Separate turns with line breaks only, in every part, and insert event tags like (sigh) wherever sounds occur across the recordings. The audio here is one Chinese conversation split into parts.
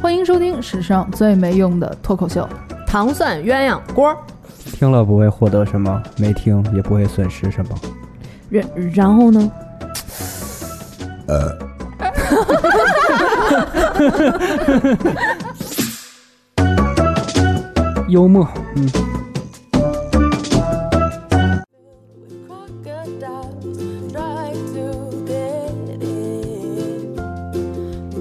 欢迎收听史上最没用的脱口秀。
糖蒜鸳鸯锅儿。
听了不会获得什么，没听也不会损失什么。
然然后呢？
幽默，嗯，
crocodiles try to get in.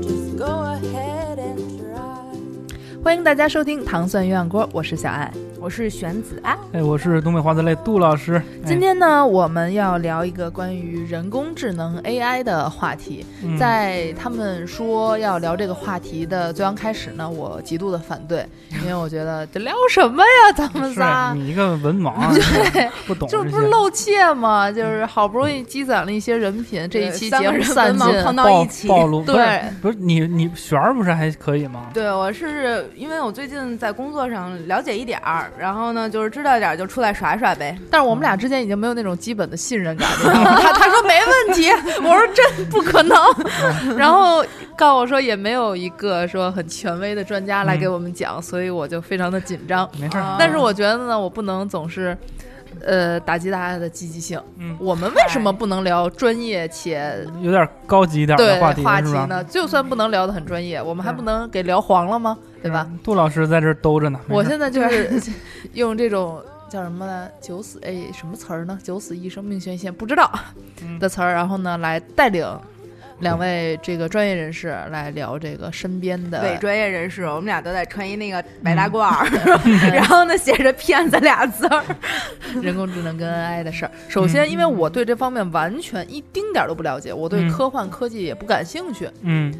Just go ahead and try.
欢迎大家收听《糖蒜鸳鸯锅》，我是小爱。
我是玄子啊，
哎，我是东北话的泪杜老师。哎
今天呢，我们要聊一个关于人工智能 AI 的话题。
嗯
在他们说要聊这个话题的最刚开始呢，我极度的反 (laughs) 对，因为我觉得这聊什么呀，咱们
是
仨。
你一个
(laughs)
文盲，不懂
这
这
不是
些
露怯吗？就是好不容易积攒了一些人品，这一期节目散尽，
碰到
嗯暴
一起，
暴露，不是
对
不是你你璇儿不是还可以吗？
对，我是因为我最近在工作上了解一点儿，然后呢，就是知道一点儿就出来耍耍呗。
但是我们
嗯
俩之间已经没有那种基本的信任感了。 (laughs) 他他说没问题，我说真不可
嗯
能。 (laughs) 然后告我说也没有一个说很权威的专家来
嗯
给我们讲，所以我就非常的紧张。
没事儿，
但是我觉得呢，我不能总是。呃，打击大家的积极性。
嗯
我们为什么不能聊专业且
有点高级一点
对
的话题
话
是
题
吧？嗯
呢？就算不能聊得很专业，我们还不能给聊黄了吗？对吧？
杜老师在这儿兜着呢。没
我
事儿
现在就是
(laughs)
用这种叫什么呢？九死哎什么词儿呢？九死一生命悬一线，不知道
嗯
的词儿，然后呢来带领两位这个专业人士来聊这个身边
伪
的。
专业人士，我们俩都在穿一那个白大褂儿，然后呢写着“骗子”俩字儿。
人工智能跟 AI 的
(laughs)
事儿。首先，因为我对这方面完全一丁点儿都不了解，我对
嗯
科幻科技也不感兴趣。
嗯，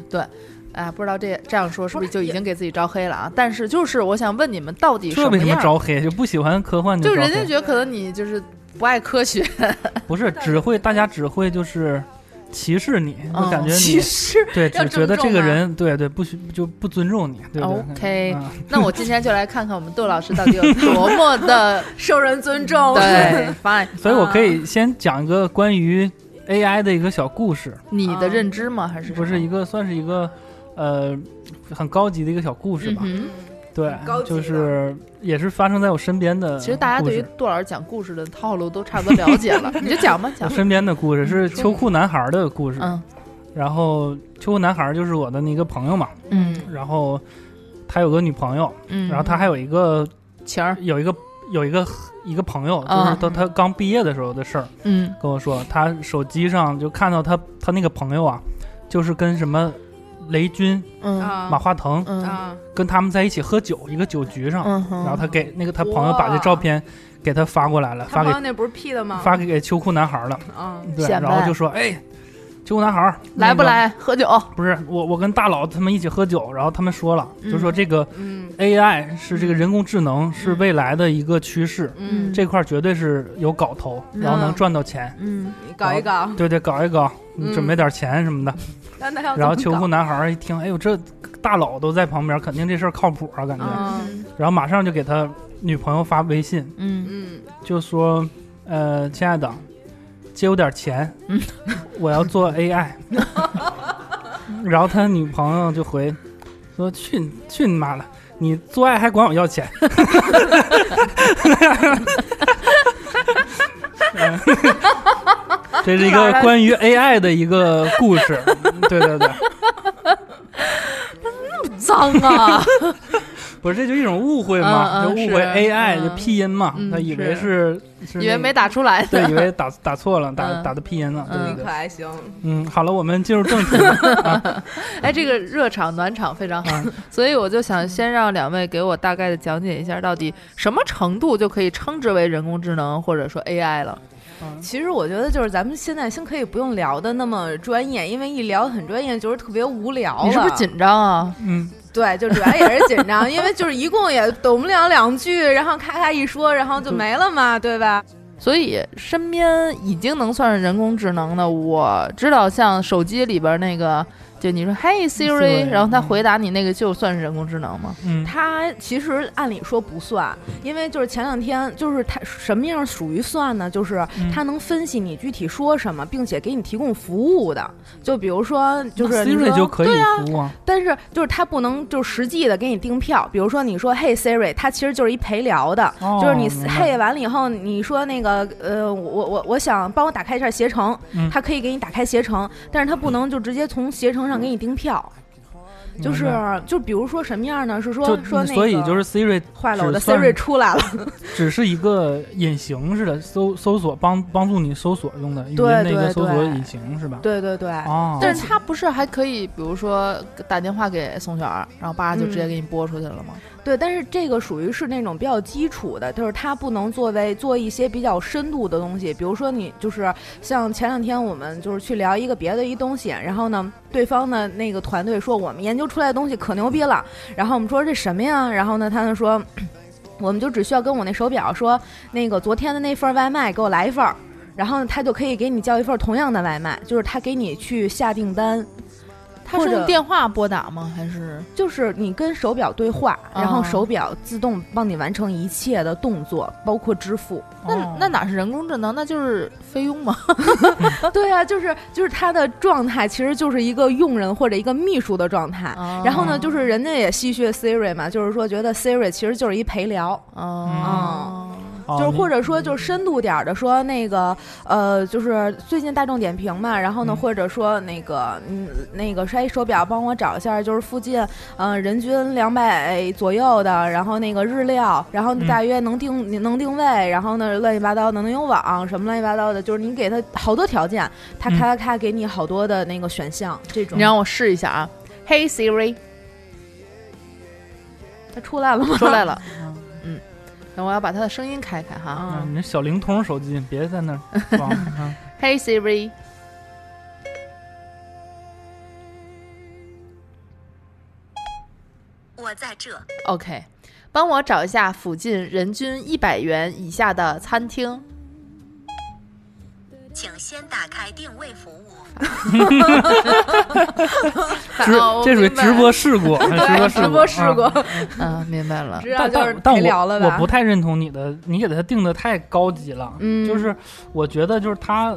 哎，不知道这这样说是不是就已经给自己招黑了
嗯
啊？但是就是我想问你们，到底
这为什么
样？
招黑？就不喜欢科幻
就
招
人家
黑？
觉得可能你就是不爱科学，
不是，只会大家只会就是歧视你，
哦
就感觉
歧
你
视。
对，只
要
觉
郑
得
重
这个
啊
人对对不许就不尊重你，对不对
OK
嗯
(laughs)
那我今天就来看看我们窦老师到底有多么
(laughs)
的
受人尊重。
对 fine。
所以我可以先讲一个关于 AI 的一个小故事。
你的认知吗？还是
不是一
个
个算是一个呃很高级的一个小故事吧？
嗯
对
高，级的
就是也是发生在我身边呃的故
哼，
事。
其实大家对于窦老师讲故事的套路都差不多了解
(laughs)
了，你就讲吧，嗯
我
讲吧。
身边的故事是秋裤男孩的故事，
嗯
然后秋裤男孩就是我的那个朋友嘛，
嗯
然后他有个女朋友，
嗯，
然后他还有一个
晴儿，
有一个有一个一个朋友，就
啊
是他他刚毕业的时候的事儿
嗯
跟我说，他手机上就看到他他那个朋友啊，就是跟什么雷军、
嗯
马
啊
化腾
嗯
啊，
跟他们在一起喝酒，一个酒局上，
嗯
然后
哼，
他给那个他朋友把这
哇
照片给他发过来了，
他
发
朋
给
友那不是 P 的吗？
发给给秋裤男孩了，
啊，
对，
显
然后
摆
就说哎，秋裤男孩儿
来不？
那个
来喝酒？
不是我，我跟大佬他们一起喝酒，然后他们说了，就说这个
嗯
AI 是这个人工智能是未来的一个趋势，
嗯，
这块儿绝对是有搞头，然后能赚到钱，
嗯
你搞一搞，
对对，搞一搞，
嗯
准备点钱什么的。
那那要怎
然后
么
秋裤
搞
男孩儿一听，哎呦，这大佬都在旁边，肯定这事儿靠谱啊，感觉。
嗯
然后马上就给他女朋友发微信，
嗯
嗯，
就说，呃，亲爱的，借我点钱，我要做 AI。然后他女朋友就回说：“去你去你妈的，你做爱还管我要钱。 (laughs) 嗯” (laughs) 这是一个关于 AI 的一个故事，嗯对对对，
脏 (laughs) 啊！
不是这就一种误会
嗯嗯
嘛，就误会
是
AI 就
嗯
拼音嘛，
嗯
他以为是是
以为
嗯
那
没打出来
(laughs) 对，
呢。
以为打打错了，打
嗯
打的拼音了，对
嗯
你
对对
可。还行，
嗯，好了，我们进入正
(laughs)
题了。
哎，这个热场暖场非常好
嗯，
所以我就想先让两位给我大概的讲解一下，到底什么程度就可以称之为人工智能或者说 AI 了？
其实我觉得就是咱们现在先可以不用聊的那么专业，因为一聊很专业就是特别无聊了。
你是不是？紧张啊？
嗯，
对，就主要也是紧张，因为就是一共也懂不了两句，然后咔咔一说，然后
嗯
就没了嘛，对吧？
所以身边已经能算是人工智能的，我知道像手机里边那个就你说 Hey Siri，嗯
Siri，
然后它回答你那个就算是人工智能吗？
嗯，
它其实按理说不算，因为就是前两天，就是它什么样属于算呢？就是
嗯
它能分析你具体说什么，并且给你提供服务的。就比如说，就是你
Siri
说
就可以
对啊，
服务啊，
但是就是它不能就实际的给你订票。比如说你说 Hey Siri，它其实就是一陪聊的，
哦
就是你
明白
Hey 完了以后，你说那个呃，我我我想帮我打开一下携程
嗯，
它可以给你打开携程，但是它不能就直接从携程上给你订票。就
嗯明
是
白
就比如说什么样呢？是说
就
说那个，
所以就是 Siri
坏了，我的
只算
Siri 出来了。
只是一个隐形似的搜搜索，帮帮助你搜索用的语音
对
的一个
对
搜索
对
隐形是吧？
(laughs) 对对对，
哦，
但是它不是还可以，比如说打电话给宋璇儿，然后叭就直接给你拨出去了吗？
对，但是这个属于是那种比较基础的，就是它不能作为做一些比较深度的东西。比如说你就是像前两天我们就是去聊一个别的一东西，然后呢，对方的那个团队说我们研究出来的东西可牛逼了，然后我们说这什么呀？然后呢，他们说。嗯我们就只需要跟我那手表说， (clears throat) 那个昨天的那份外卖给我来一份儿，然后呢他就可以给你叫一份同样的外卖，就是他给你去下订单，
它
或
是
者
用电话拨打吗？还是
就是你跟手表对话，
哦
然后手表自动帮你完成一切的动作，包括支付。
那、
哦
那哪是人工智能？那就是菲佣嘛。
对啊，就是就是他的状态其实就是一个佣人或者一个秘书的状
啊
态。
哦 (laughs)
然后呢，就是人家也戏谑 Siri 嘛，就是说觉得 Siri 其实就是一陪聊，
哦，
哦
就是
你
或者说就是深度点儿的说那个呃，就是最近大众点评嘛，然后呢，
嗯
或者说那个嗯那个谁手表帮我找一下，就是附近嗯、呃人均两百左右的，然后那个日料，然后
嗯
大约能定、能定位，然后呢乱七八糟的能有网什么乱七八糟的，就是你给他好多条件，他
嗯
咔咔咔给你好多的那个选项，这种
你让我试一下啊。Hey Siri，
他出来了吗？
出来了。
嗯
(laughs) 嗯，那我要把它的声音开开哈。
啊
嗯，
你那小灵通手机，别在那儿
(laughs)
装啊
Hey Siri，
我在这。
OK，帮我找一下附近人均一百元以下的餐厅。
请先打开定位服务。
直
(laughs) 哦我
这属于
明白
直播事故， (laughs) 直播事故，
直播事故，
啊
嗯、明白了。
(laughs) 知道
但
就是
但但
陪
我
聊了
我
吧
不？太认同你的，你给它定的太高级了。
嗯
就是我觉得就是它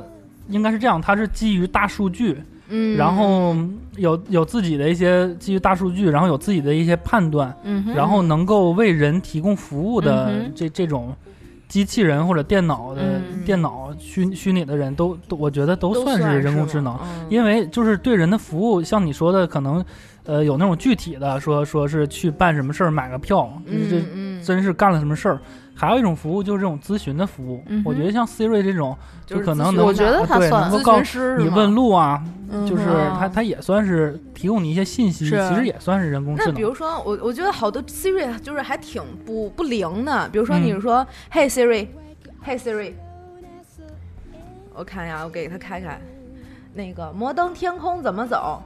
应该是这样，它是基于大数据，
嗯，
然后有有自己的一些基于大数据，然后有自己的一些判断，
嗯哼，
然后能够为人提供服务
嗯
的
哼
这这种机器人或者电脑的
嗯
电脑虚虚拟的人都都，我觉得都
都
算是人工智能
吧。，嗯
因为就是对人的服务，像你说的，可能，呃，有那种具体的，说说是去办什么事儿，买个票，这
嗯嗯
真是干了什么事儿。还有一种服务就是这种咨询的服务，
嗯哼
我觉得像 Siri 这种，
就
就是可能
咨询
能啊
我觉得它
对
算
能够
咨
告
询师是
你
吗
问路啊，就是
嗯
它它也算是提供你一些信息，
是啊
其实也算是人工智
那比
能
如。说，我我觉得好多 Siri 就是还挺不不灵的。比如说，
嗯
你说、Hey Siri，Hey Siri，我看一下，我给它开开。那个摩登天空怎么走？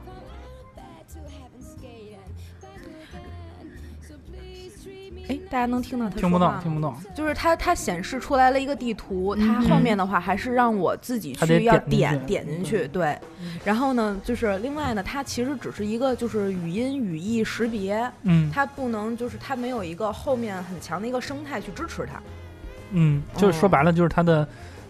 哎，大家能听到它
听不
说
到
话，吗
听不到，
就是它它显示出来了一个地图，它
嗯
后面的话还是让我自己
它得
去要
点
点
进去嗯
点进去，对。然后呢，就是另外呢，它其实只是一个就是语音语义识别，
嗯
它不能就是它没有一个后面很强的一个生态去支持它。
嗯，
哦
就是说白了，就是它的，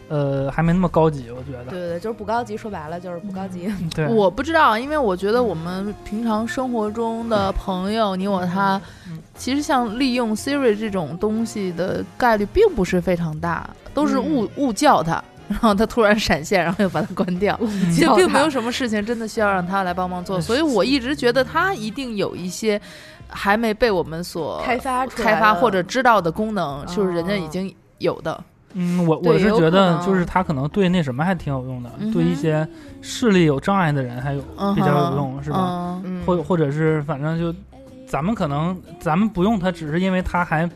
呃，还没那么高级，我觉
对
得。
对对，就是不高级，说白了就是不高级。
嗯对，
我不知道，因为我觉得我们平常生活中的朋友，你我他
嗯，
其实像利用 Siri 这种东西的概率并不是非常大，都是误误叫它， (laughs) 然后它突然闪现，然后又把它关 (laughs) 掉。其实
叫
并
它
没有什么事情真的需要让它来帮忙做，
嗯
所以我一直觉得它一定有一些还没被我们所
(laughs)
哦
开
呃
发出来
开发
的
或者知道的功能，就是人家已经有的。
嗯，我我
对
是
有可
觉得
能
就是它可能对那什么还挺有用的，
嗯哼
对一些视力有障碍的人还有
嗯哼，
比较有用，是吧？
嗯
嗯
或或者是反正就咱们可能咱们不用它，只是因为它还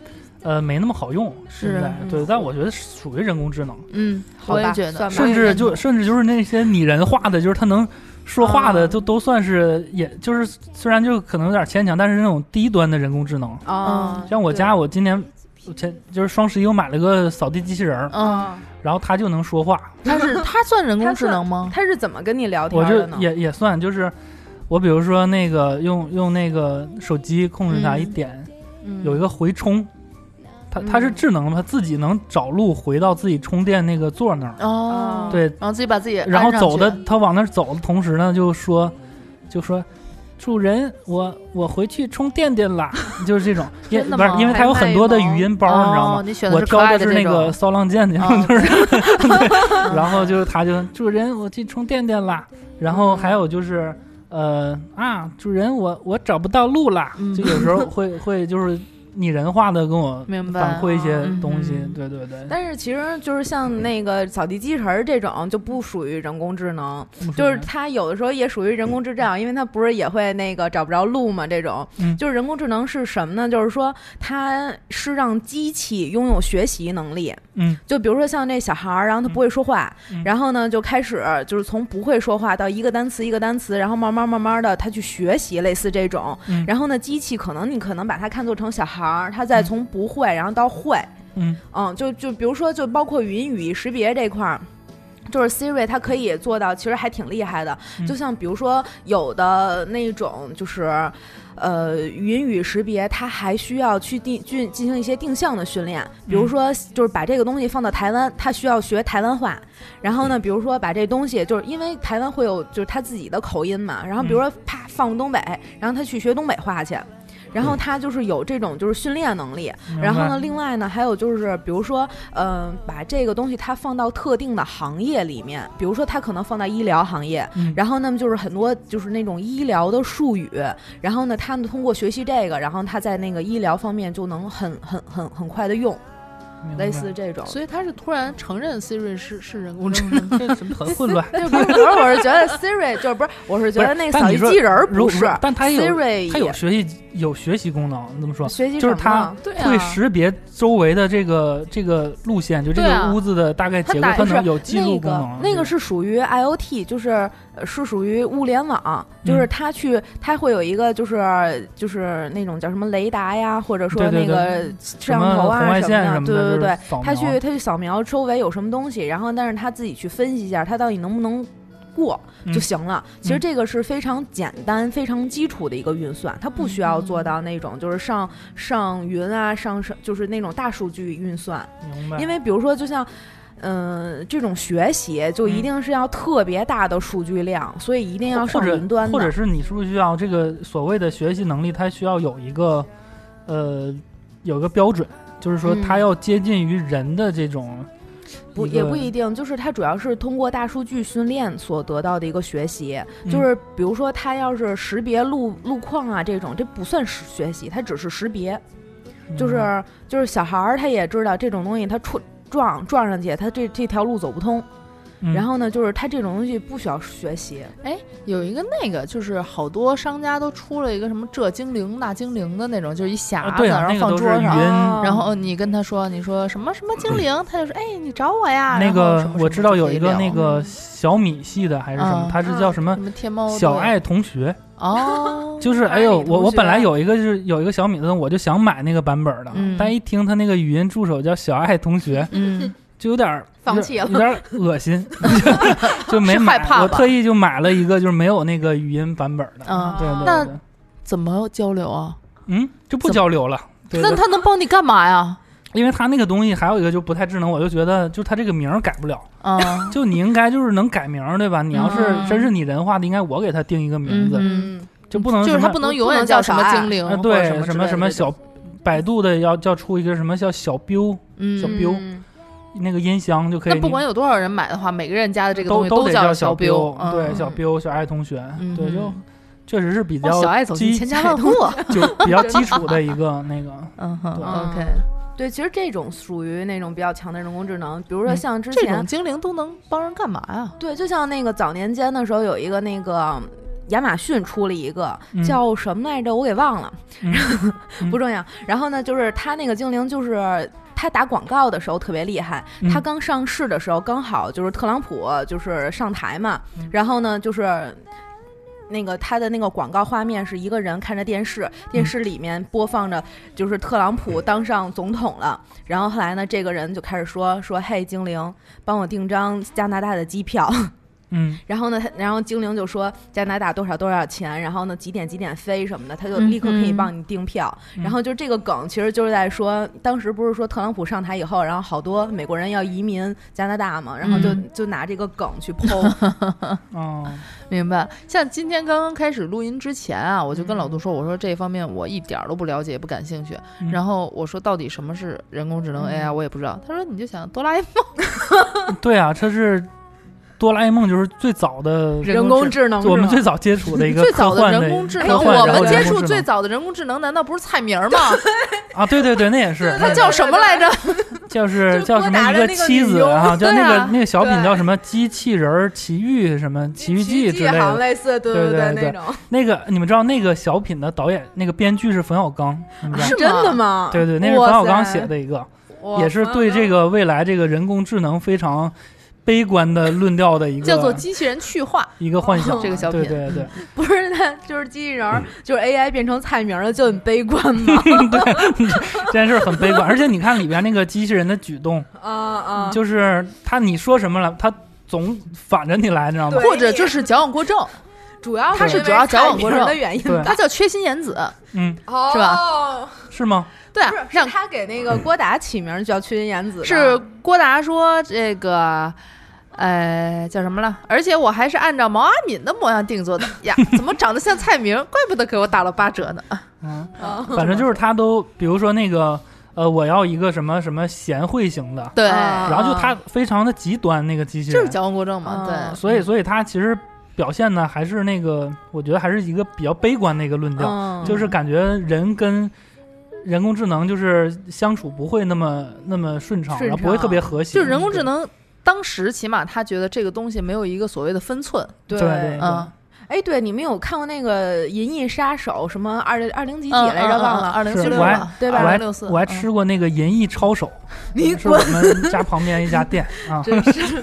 呃没那么好用，
是
现在
嗯
对，但我觉得属于人工智能，
嗯，
好
我也
吧
觉得
算吧
甚至就甚至就是那些拟人化的，就是它能。说话
啊
的都都算是，也就是虽然就可能有点牵强，但是那种低端的人工智能，
啊，
像我家，我今年我前就是双十一，我买了个扫地机器人儿，
嗯，
然后它就能说话，
它是它算人工
它
智
算
能吗？
他是怎么跟你聊天
我
的
就
呢？
也也算就是，我比如说那个用用那个手机控制它
嗯
一点，
嗯
有一个回充，它它是智能的，它自己能找路回到自己充电那个座那儿。
哦，
对，
然后自己把自己
然后走的
安上去
他往那儿走的同时呢，就说就说主人，我我回去充电电
(laughs)
啦，就是这种，因
真的
不是
吗
因为它有很多的语音包，你知道
哦
吗？
你选的
我
是可
挑
爱
的
的
是
这哦
那
种哦
个骚浪贱，你知道吗？ (laughs) 就是，对 (laughs) 然后就是他就主人，我去充电电啦。然后还有就是，呃啊，主人，我我找不到路啦。
嗯
就有时候会会就是拟人化的跟我
明白
反馈一
哦
些
嗯
东西
嗯，
对对对，
但是其实就是像那个扫地机器人儿这种就不属于人工智能，就是
嗯
它有的时候也属于人工智障，因为它不是也会那个找不着路嘛？这种、
嗯
就是人工智能是什么呢？就是说它是让机器拥有学习能力，
嗯，
就比如说像那小孩儿，然后他不会说话，
嗯
然后呢就开始就是从不会说话到一个单词一个单词，然后慢慢慢慢的他去学习类似这种，
嗯
然后呢机器可能你可能把它看作成小孩儿，他再从不会然后到会，
嗯
嗯，就就比如说就包括语音语义识别这块儿。就是 Siri，它可以做到，其实还挺厉害的。
嗯
就像比如说有的那种，就是，呃，语音语识别，它还需要去定进进行一些定向的训练。比
嗯
如说，就是把这个东西放到台湾，它需要学台湾话。然后
嗯
呢，比如说把这东西，就是因为台湾会有就是它自己的口音嘛。然后比如
嗯
说啪放东北，然后它去学东北话去。然
嗯
后它就是有这种就是训练能力，然后呢，另外呢，还有就是，比如说，嗯、把这个东西它放到特定的行业里面，比如说它可能放到医疗行业，
嗯
然后那么就是很多就是那种医疗的术语，然后呢，他们通过学习这个，然后他在那个医疗方面就能很很很很快的用，
明白
类
(laughs)
似这种。
(laughs) 所以他是突然承认 Siri 是是人工智能， (laughs)
这什么很
(laughs)
混乱。
对，不是，不是，我是觉得 Siri 就是不是，我是觉得
不是
那个
但
扫
你
地
说
机器人儿
如
不是
但它有
，Siri
它有
也
学习有学习功能，你这么说？
学习
就是
什么
它
呢
对啊，
会识别周围的这个这个路线，就这
对啊
个屋子的大概结构，
它打
它
就是
能有记录
那
功
个
能。
那个
是
是属于 IOT，就是呃是属于物联网，就是
嗯
它去它会有一个就是就是那种叫什么雷达呀，或者说
对
那
对
个摄
什
像
么
头
红
啊
外线
的，
么
对
的，
对
就是
对，
扫描
它去它去扫描周围有什么东西，然后但是它自己去分析一下，它到底能不能。过
嗯
就行了。其实
嗯
这个是非常简单、非常基础的一个运算，它不需要做到那种就是上上云啊、上上就是那种大数据运算。
明白，
因为比如说，就像，嗯、这种学习就一
嗯
定是要特别大的数据量，所以一定要
或
上
者
云端的。
或者是你是不是需要这个所谓的学习能力，它需要有一个呃有一个标准，就是说
嗯
它要接近于人的这种
不
一
也
个
不一定，就是它主要是通过大数据训练所得到的一个学习。
嗯
就是比如说，它要是识别路路况啊这种，这不算是学习，它只是识别。
嗯
就是就是小孩儿他也知道这种东西，他撞撞撞上去，他这这条路走不通。
嗯
然后呢，就是他这种东西不需要学习。
哎有一个那个，就是好多商家都出了一个什么这精灵那精灵的那种，就是一匣
啊
子，
对啊，
然后
那个
放
都是
桌上，
语音
然后你跟他说，你说什么什么精灵，他就说，哎，你找我呀。
那
然后什
个
么什么
我知道有一个
就可以聊
那个小米系的还是什么
嗯，
它是叫什么
什么天猫
小
对
爱同学，
哦，
(laughs) 就是
爱
哎呦，
你
我
同
我本来
学
有一个就是有一个小米的，我就想买那个版本的
嗯，
但一听他那个语音助手叫小爱同学，
嗯，
就有点儿
放
有点
弃了
有点儿
(laughs)
恶心，就没
是害
买
怕。
我
吧
特意就买了一个就是没有那个语音版本的，
嗯
对对
那
对，
怎么交流啊？
嗯，就不交流了。对
那
对
他能帮你干嘛呀？
因为他那个东西还有一个就不太智能，我就觉得就他这个名儿改不了。
啊，
就你应该就是能改名儿对吧？你要是
嗯
真是拟人化的，应该我给他定一个 (laughs) 名字，
嗯，
就不能
就是
什
他
么
不能
不
永
能
远
叫
叫什么
小爱
精灵
啊，
或者
对
什
么什么
之类的
小，百度的要要出一个什么叫小标
嗯
小标那个音箱就可以，
那不管有多少人买的话，每个人家的这
你
个东
都
西
都得
叫
小
标，嗯
对小。标小爱同学，
嗯
对就
嗯
确实是比
哦
较
小爱走进
基
千家万户，
就比较基础的一个那个，
(laughs) 嗯哼
对
，OK，
对，其实这种属于那种比较强的人工智能，比如说
嗯
像之
这
前
种精灵都能帮人干嘛呀？
对，就像那个早年间的时候，有一个那个亚马逊出了一个、
嗯
叫什么来着，我给忘了，
嗯
(laughs)
嗯
不重要。然后呢，就是他那个精灵，就是他打广告的时候特别厉害。
嗯
他刚上市的时候，刚好就是特朗普就是上台嘛，
嗯
然后呢就是。那个他的那个广告画面是一个人看着电视，
嗯
电视里面播放着就是特朗普当上总统了，然后后来呢，这个人就开始说说嘿精灵，帮我订张加拿大的机票，
嗯，
然后呢，他然后精灵就说加拿大多少多少钱，然后呢几点几点飞什么的，他就立刻可以
嗯嗯
帮你订票。
嗯
然后就这个梗，其实就是在说，当时不是说特朗普上台以后，然后好多美国人要移民加拿大嘛，然后就、
嗯
就拿这个梗去 (laughs) 剖。
哦，
明白。像今天刚刚开始录音之前啊，我就跟老杜说，我说这方面我一点儿都不了解，也不感兴趣。
嗯
然后我说到底什么是人工智能
嗯
AI，我也不知道。他说你就想哆啦 A 梦，
对啊，这是哆啦 A 梦就是最早的
人工
智
智能
我们最早接触的一个
最早
科幻
人工智能，
科幻
我
然后
们接
人工
触
智
最
能
早的人工智能，难道不是菜名儿吗？
啊，对对对，那也是，
它叫什么来着？
就是
就
叫
郭
什么
达
一
的那个
妻
女
子
佣
啊，叫
对
那个
啊
那个小品
对
叫什么机器人儿奇遇什么奇遇记之类
好像
的。
类似，对
对对
对
对
那种
那个你们知道那个小品的导演那个编剧是冯小刚，你们
是
知道吗？
真
吗
的吗？
对对，那是冯
哇
小刚
塞
写的一个，
我
也是对这个未来这个人工智能非常悲观的论调的一个
叫做机器人去化，
一个幻想。
(laughs) 这个小
对
品
对对，
不是他就是机器人
嗯
儿，就是 AI 变成菜名儿了，就很悲观 (laughs) 嘛。
这件事儿很悲观，而且你看里边那个机器人的举动，
啊啊，
就是他你说什么了，他总反着你来，你知道吗？
或者就是矫枉过正，
主要
它是
因
主
为
要矫
菜
枉过
名儿
正
的原因，哦
对，
(laughs) 它叫缺心眼子，
嗯，
是
吧？
是吗？
对啊
不是，，是
让
他给那个郭达起名儿叫屈原言子吧，
是郭达说这个，呃，叫什么了？而且我还是按照毛阿敏的模样定做的呀，怎么长得像蔡明？怪不得给我打了八折呢。
嗯，
啊
反正就是他都，比如说那个呃，我要一个什么什么贤惠型的，
对，
啊
然后就他非常的极端那个机器
就是
人，
矫枉过正嘛。
啊
对，
所以所以他其实表现呢还是那个，我觉得还是一个比较悲观的一个论调，
嗯，
就是感觉人跟。呃人工智能就是相处不会那么那么顺畅，
顺
然后不会
畅啊
特别和谐。
就是人工智能。当时起码他觉得这个东西没有一个所谓的分寸，
对
对
对
嗯，
哎，对，你们有看过那个《银翼杀手》什么二零二零几几
嗯
来着？忘了。
二零
是
四六
我还
吧，
对
我
吧
二
还
零六四，
我还
嗯
吃过那个银翼抄手，
你
(laughs) 是我们家旁边一
(laughs)
家店
(laughs)
啊，
真是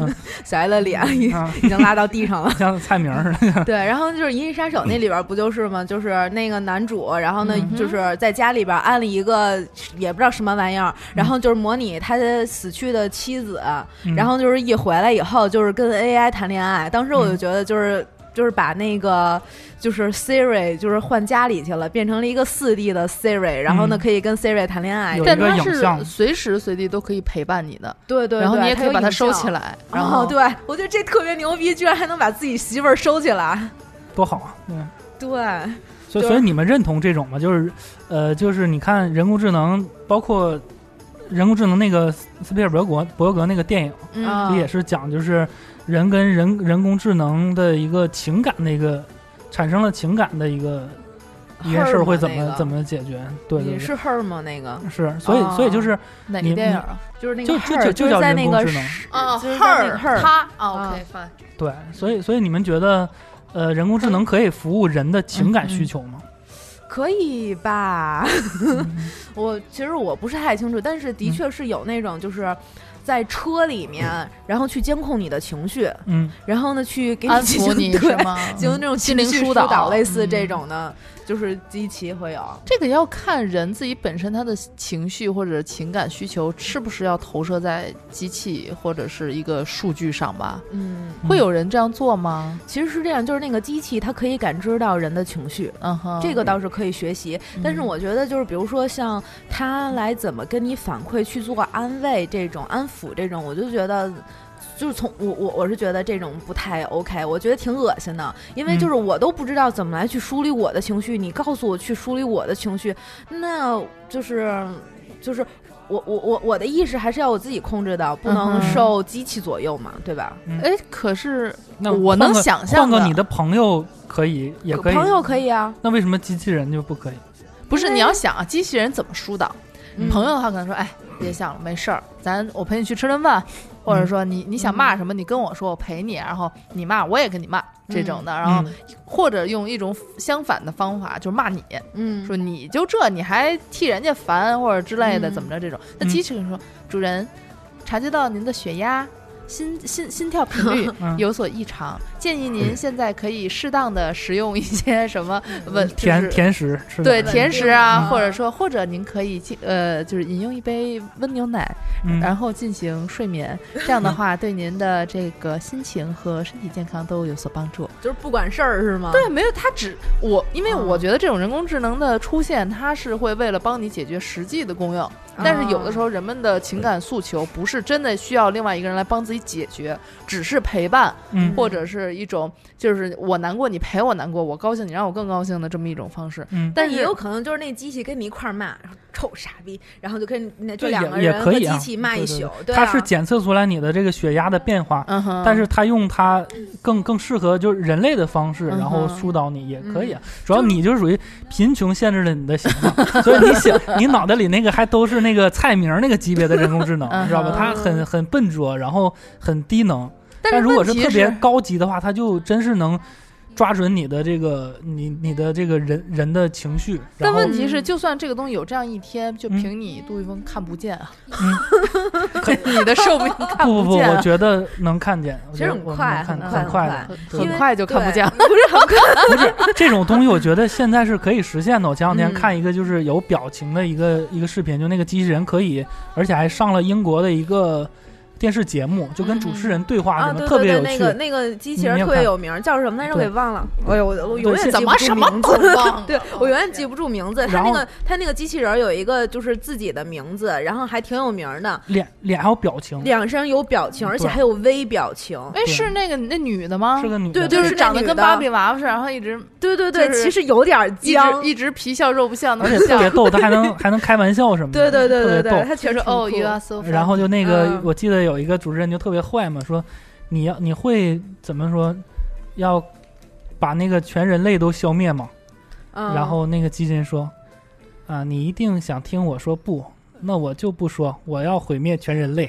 嗯，
(laughs) 小艾的脸已
啊
已经拉到地上
(laughs)
了。
像菜名儿
(laughs)
似的。
对，然后就是《银翼杀手》那里边儿不就是吗？就是那个男主，然后呢
嗯，哼
就是在家里边儿安了一个也不知道什么玩意儿，然后就是模拟他的死去的妻子，
嗯
然后就是一回来以后，就是跟 AI 谈恋爱。当时我就觉得，就是、就是把那个就是 Siri 就是换家里去了，变成了一个四 D 的 Siri，然后呢、
嗯
可以跟 Siri 谈恋爱
有。
但
一个
它
影像
是随时随地都可以陪伴你的，
对对对，
然后你也
它
可以
有
把它
影
收
像
起。来，然
然
后
后，对我觉得这特别牛逼，居然还能把自己媳妇儿收起来。嗯
多好啊！对，
对，
所
就
以
是
所以你们认同这种吗？就是，呃，就是你看人工智能，包括人工智能那个斯斯皮尔伯格伯格那个电影，
嗯，
啊
也是讲就是人跟人人工智能的一个情感的一个产生了情感的一个一件事儿会怎么、
Her 嘛那个
怎么解决？对对
你
对。
是 her 吗？那个
是，所
哦
以，所以就是
哪
你
个电影啊？
就是那个
就就
her，
就
就
叫
是在
人
那
工
个
智能
是
啊
就是在那
，her，
个 her
他啊，OK fine，
对，所以，所以你们觉得，呃，人工智能可以服务人的情感需求吗？
可以吧？
嗯
(laughs) 我其实我不是太清楚，但是的确是有那种就是。在车里面，
嗯
然后去监控你的情绪，
嗯，
然后呢，去给你
安
进
抚
行
你
对
是吗？ (laughs) 嗯
进行那种
心
情
灵
绪
疏
疏
导
类似
嗯
这种的，就是机器会有。
这个要看人自己本身他的情绪或者情感需求是不是要投射在机器或者是一个数据上吧？
嗯，
会有人这样做吗？
其实是这样，就是那个机器它可以感知到人的情绪，
嗯哼，
这个倒是可以学习。但是
嗯
我觉得就是比如说像他来怎么跟你反馈去做安慰这种安抚这种，我就觉得。就是从我我我是觉得这种不太 OK，我觉得挺恶心的，因为
嗯
就是我都不知道怎么来去梳理我的情绪，你告诉我去梳理我的情绪，那就是就是我我我我的意识还是要我自己控制的，不能
嗯哼
受机器左右嘛，对吧？
哎，可是
那
我
换
能
个
想
换
象
个你的朋友可以，也可以。
朋友可以啊，
那为什么机器人就不可以？
不是
因为
你要想啊，机器人怎么疏导？
嗯
朋友的话可能说，哎，别想了，没事儿，咱我陪你去吃顿饭，或者
嗯
说你你想骂什么，你跟我说，我陪你，然后你骂我也跟你骂这种的，然后
嗯
或者用一种相反的方法，就是骂你，
嗯
说你就这，你还替人家烦或者之类的，
嗯
怎么着这种？那
嗯
机器人说，主人，察觉到您的血压。心心心跳频
(laughs)
率
嗯
有所异常，建议
嗯
您现在可以适当的食用一些什么稳就是
甜甜食吃的
对甜食啊，
嗯
或者说或者您可以进呃就是饮用一杯温牛奶，
嗯
然后进行睡眠，这样的话对您的这个心情和身体健康都有所帮助。
就是不管事儿是吗？
对，没有，它只我，因为
嗯
我觉得这种人工智能的出现，它是会为了帮你解决实际的功用，但是有的时候人们的情感诉求不是真的需要另外一个人来帮自己解决，只是陪伴
嗯
或者是一种就是我难过你陪我难过，我高兴你让我更高兴的这么一种方式。
嗯，
但
但
是
也有可能就是那机器跟你一块儿骂，然后臭傻逼，然后就跟那就
对
两
也
个
也
人
可
和
以
机
啊
器骂一
对对
宿
对，
对
它
啊，
是检测出来你的这个血压的变化，
嗯哼，
但是它用它更更适合就是人类的方式，
嗯哼嗯
然后疏导你也可以啊。主要你就属于贫穷限制了你的想象，所以你想 (laughs) 你脑袋里那个还都是那个菜名儿那个级别的人工智能，
嗯哼
知道吧？它很很笨拙，然后很低能。
但
但如果
问
是
题
特别高级的话，它就真是能抓准你的这个你你的这个人人的情绪。然
但
后
问题是，
嗯
就算这个东西有这样一天，就
嗯
凭你杜玉峰看不见啊，
可
(laughs) 你的寿命看
不不不，
见
我
啊，
觉得能看见，我
其
觉
实
得
很
我们
快
能看
很
见
快
很
很
快
快
的，对
很快就看不
对
见了。
不是
(laughs)
这种东西，我觉得现在是可以实现的。我前两天
嗯
看一个就是有表情的一个、一个视频，就那个机器人可以，而且还上了英国的一个电视节目，就跟主持人对话
啊，
什么，
对
特
对
别
对，
有
那
趣。
个那个机器
你没
人
有
特别
看
有名儿，叫什么来着？我
对
给忘
(laughs)
了。哎呦，我我永远
对
记
怎
不
么
住
什么
名
都
字。
忘了？
(laughs) 对，我永远记不住名字。他
然
那
后
个他那个机器人儿有一个就是自己的名字，然后还挺有名儿的，
脸脸还有表情，
脸上有表情，而且
嗯对
还有微表情。
哎，是那个那女的吗
是？个女的，
对
就
对是那
长得
女
跟
的
芭比娃娃似的，然后一直
对对对，
就是
其实有点儿
一直
僵。
一直皮笑肉不笑
而
那
且
么
特
笑，
别逗，她还能还能开玩笑什么
对
的，
对对对
嗯特别
对，
逗。
就
他确
是
实挺
哦，you
酷
are so funny。
然后就那个
嗯，
我记得有一个主持人就特别坏嘛，说你要你会怎么说，要把那个全人类都消灭吗？
嗯
然后那个机器人说：“啊，你一定想听我说不，那我就不说，我要毁灭全人类。”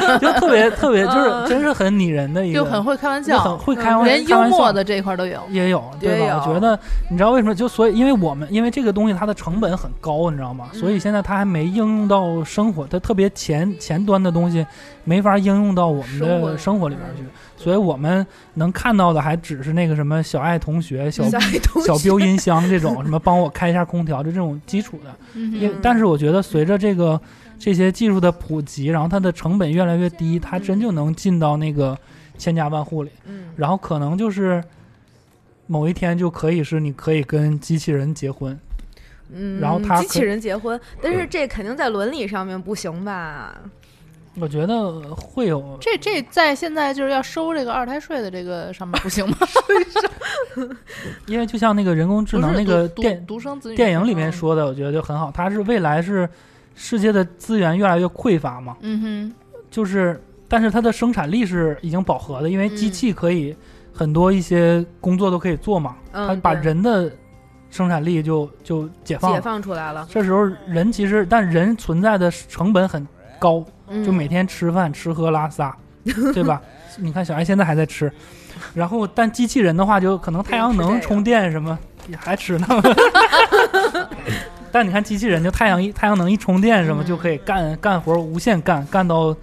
(laughs) 就特别特别，就是
嗯
真是很拟人的一个，
就很会开玩
就很
笑，
会开玩
连
开
幽
玩
默
笑
的这一块都有。
也有，对
也
吧？我
有
觉得你知道为什么？就所以，因为我们因为这个东西它的成本很高，你知道吗？所以现在它还没应用到生活，它特别前前端的东西没法应用到我们
生活
的
里
生活里边去，所以我们能看到的还只是那个什么小爱同学、小
小爱同
(laughs) 小
学
标音箱这种，什么帮我开一下空调，就这种基础的。也
嗯
嗯
但是我觉得随着这个这些技术的普及，然后它的成本越来越低，它真就能进到那个千家万户里。
嗯
然后可能就是某一天就可以是你可以跟机器人结婚，
嗯，
然后他
机器
可
人结婚，但是这肯定在伦理上面不行吧？
我觉得会有。
这这在现在就是要收这个二胎税的这个上面不行吗？
因为就像那个人工智能
不
那
是
个
独
电
独独生子女
电影里面，说的，我觉得就很好，它是未来是世界的资源越来越匮乏嘛，
嗯
就是，但是它的生产力是已经饱和的，因为机
嗯
器可以很多一些工作都可以做嘛，
嗯
它把
对
人的生产力就就解放
解
了。
放出来了，
这时候人其实，但人存在的成本很高，
嗯
就每天吃饭、吃喝拉
(laughs)
撒，对吧？你看小爱现在还在吃，然后但机器人的话，就可能太阳能充电什么也还
(laughs)
吃呢。但你看机器人，就太阳一太阳能一充电什么
嗯
就可以干干活无限干，干到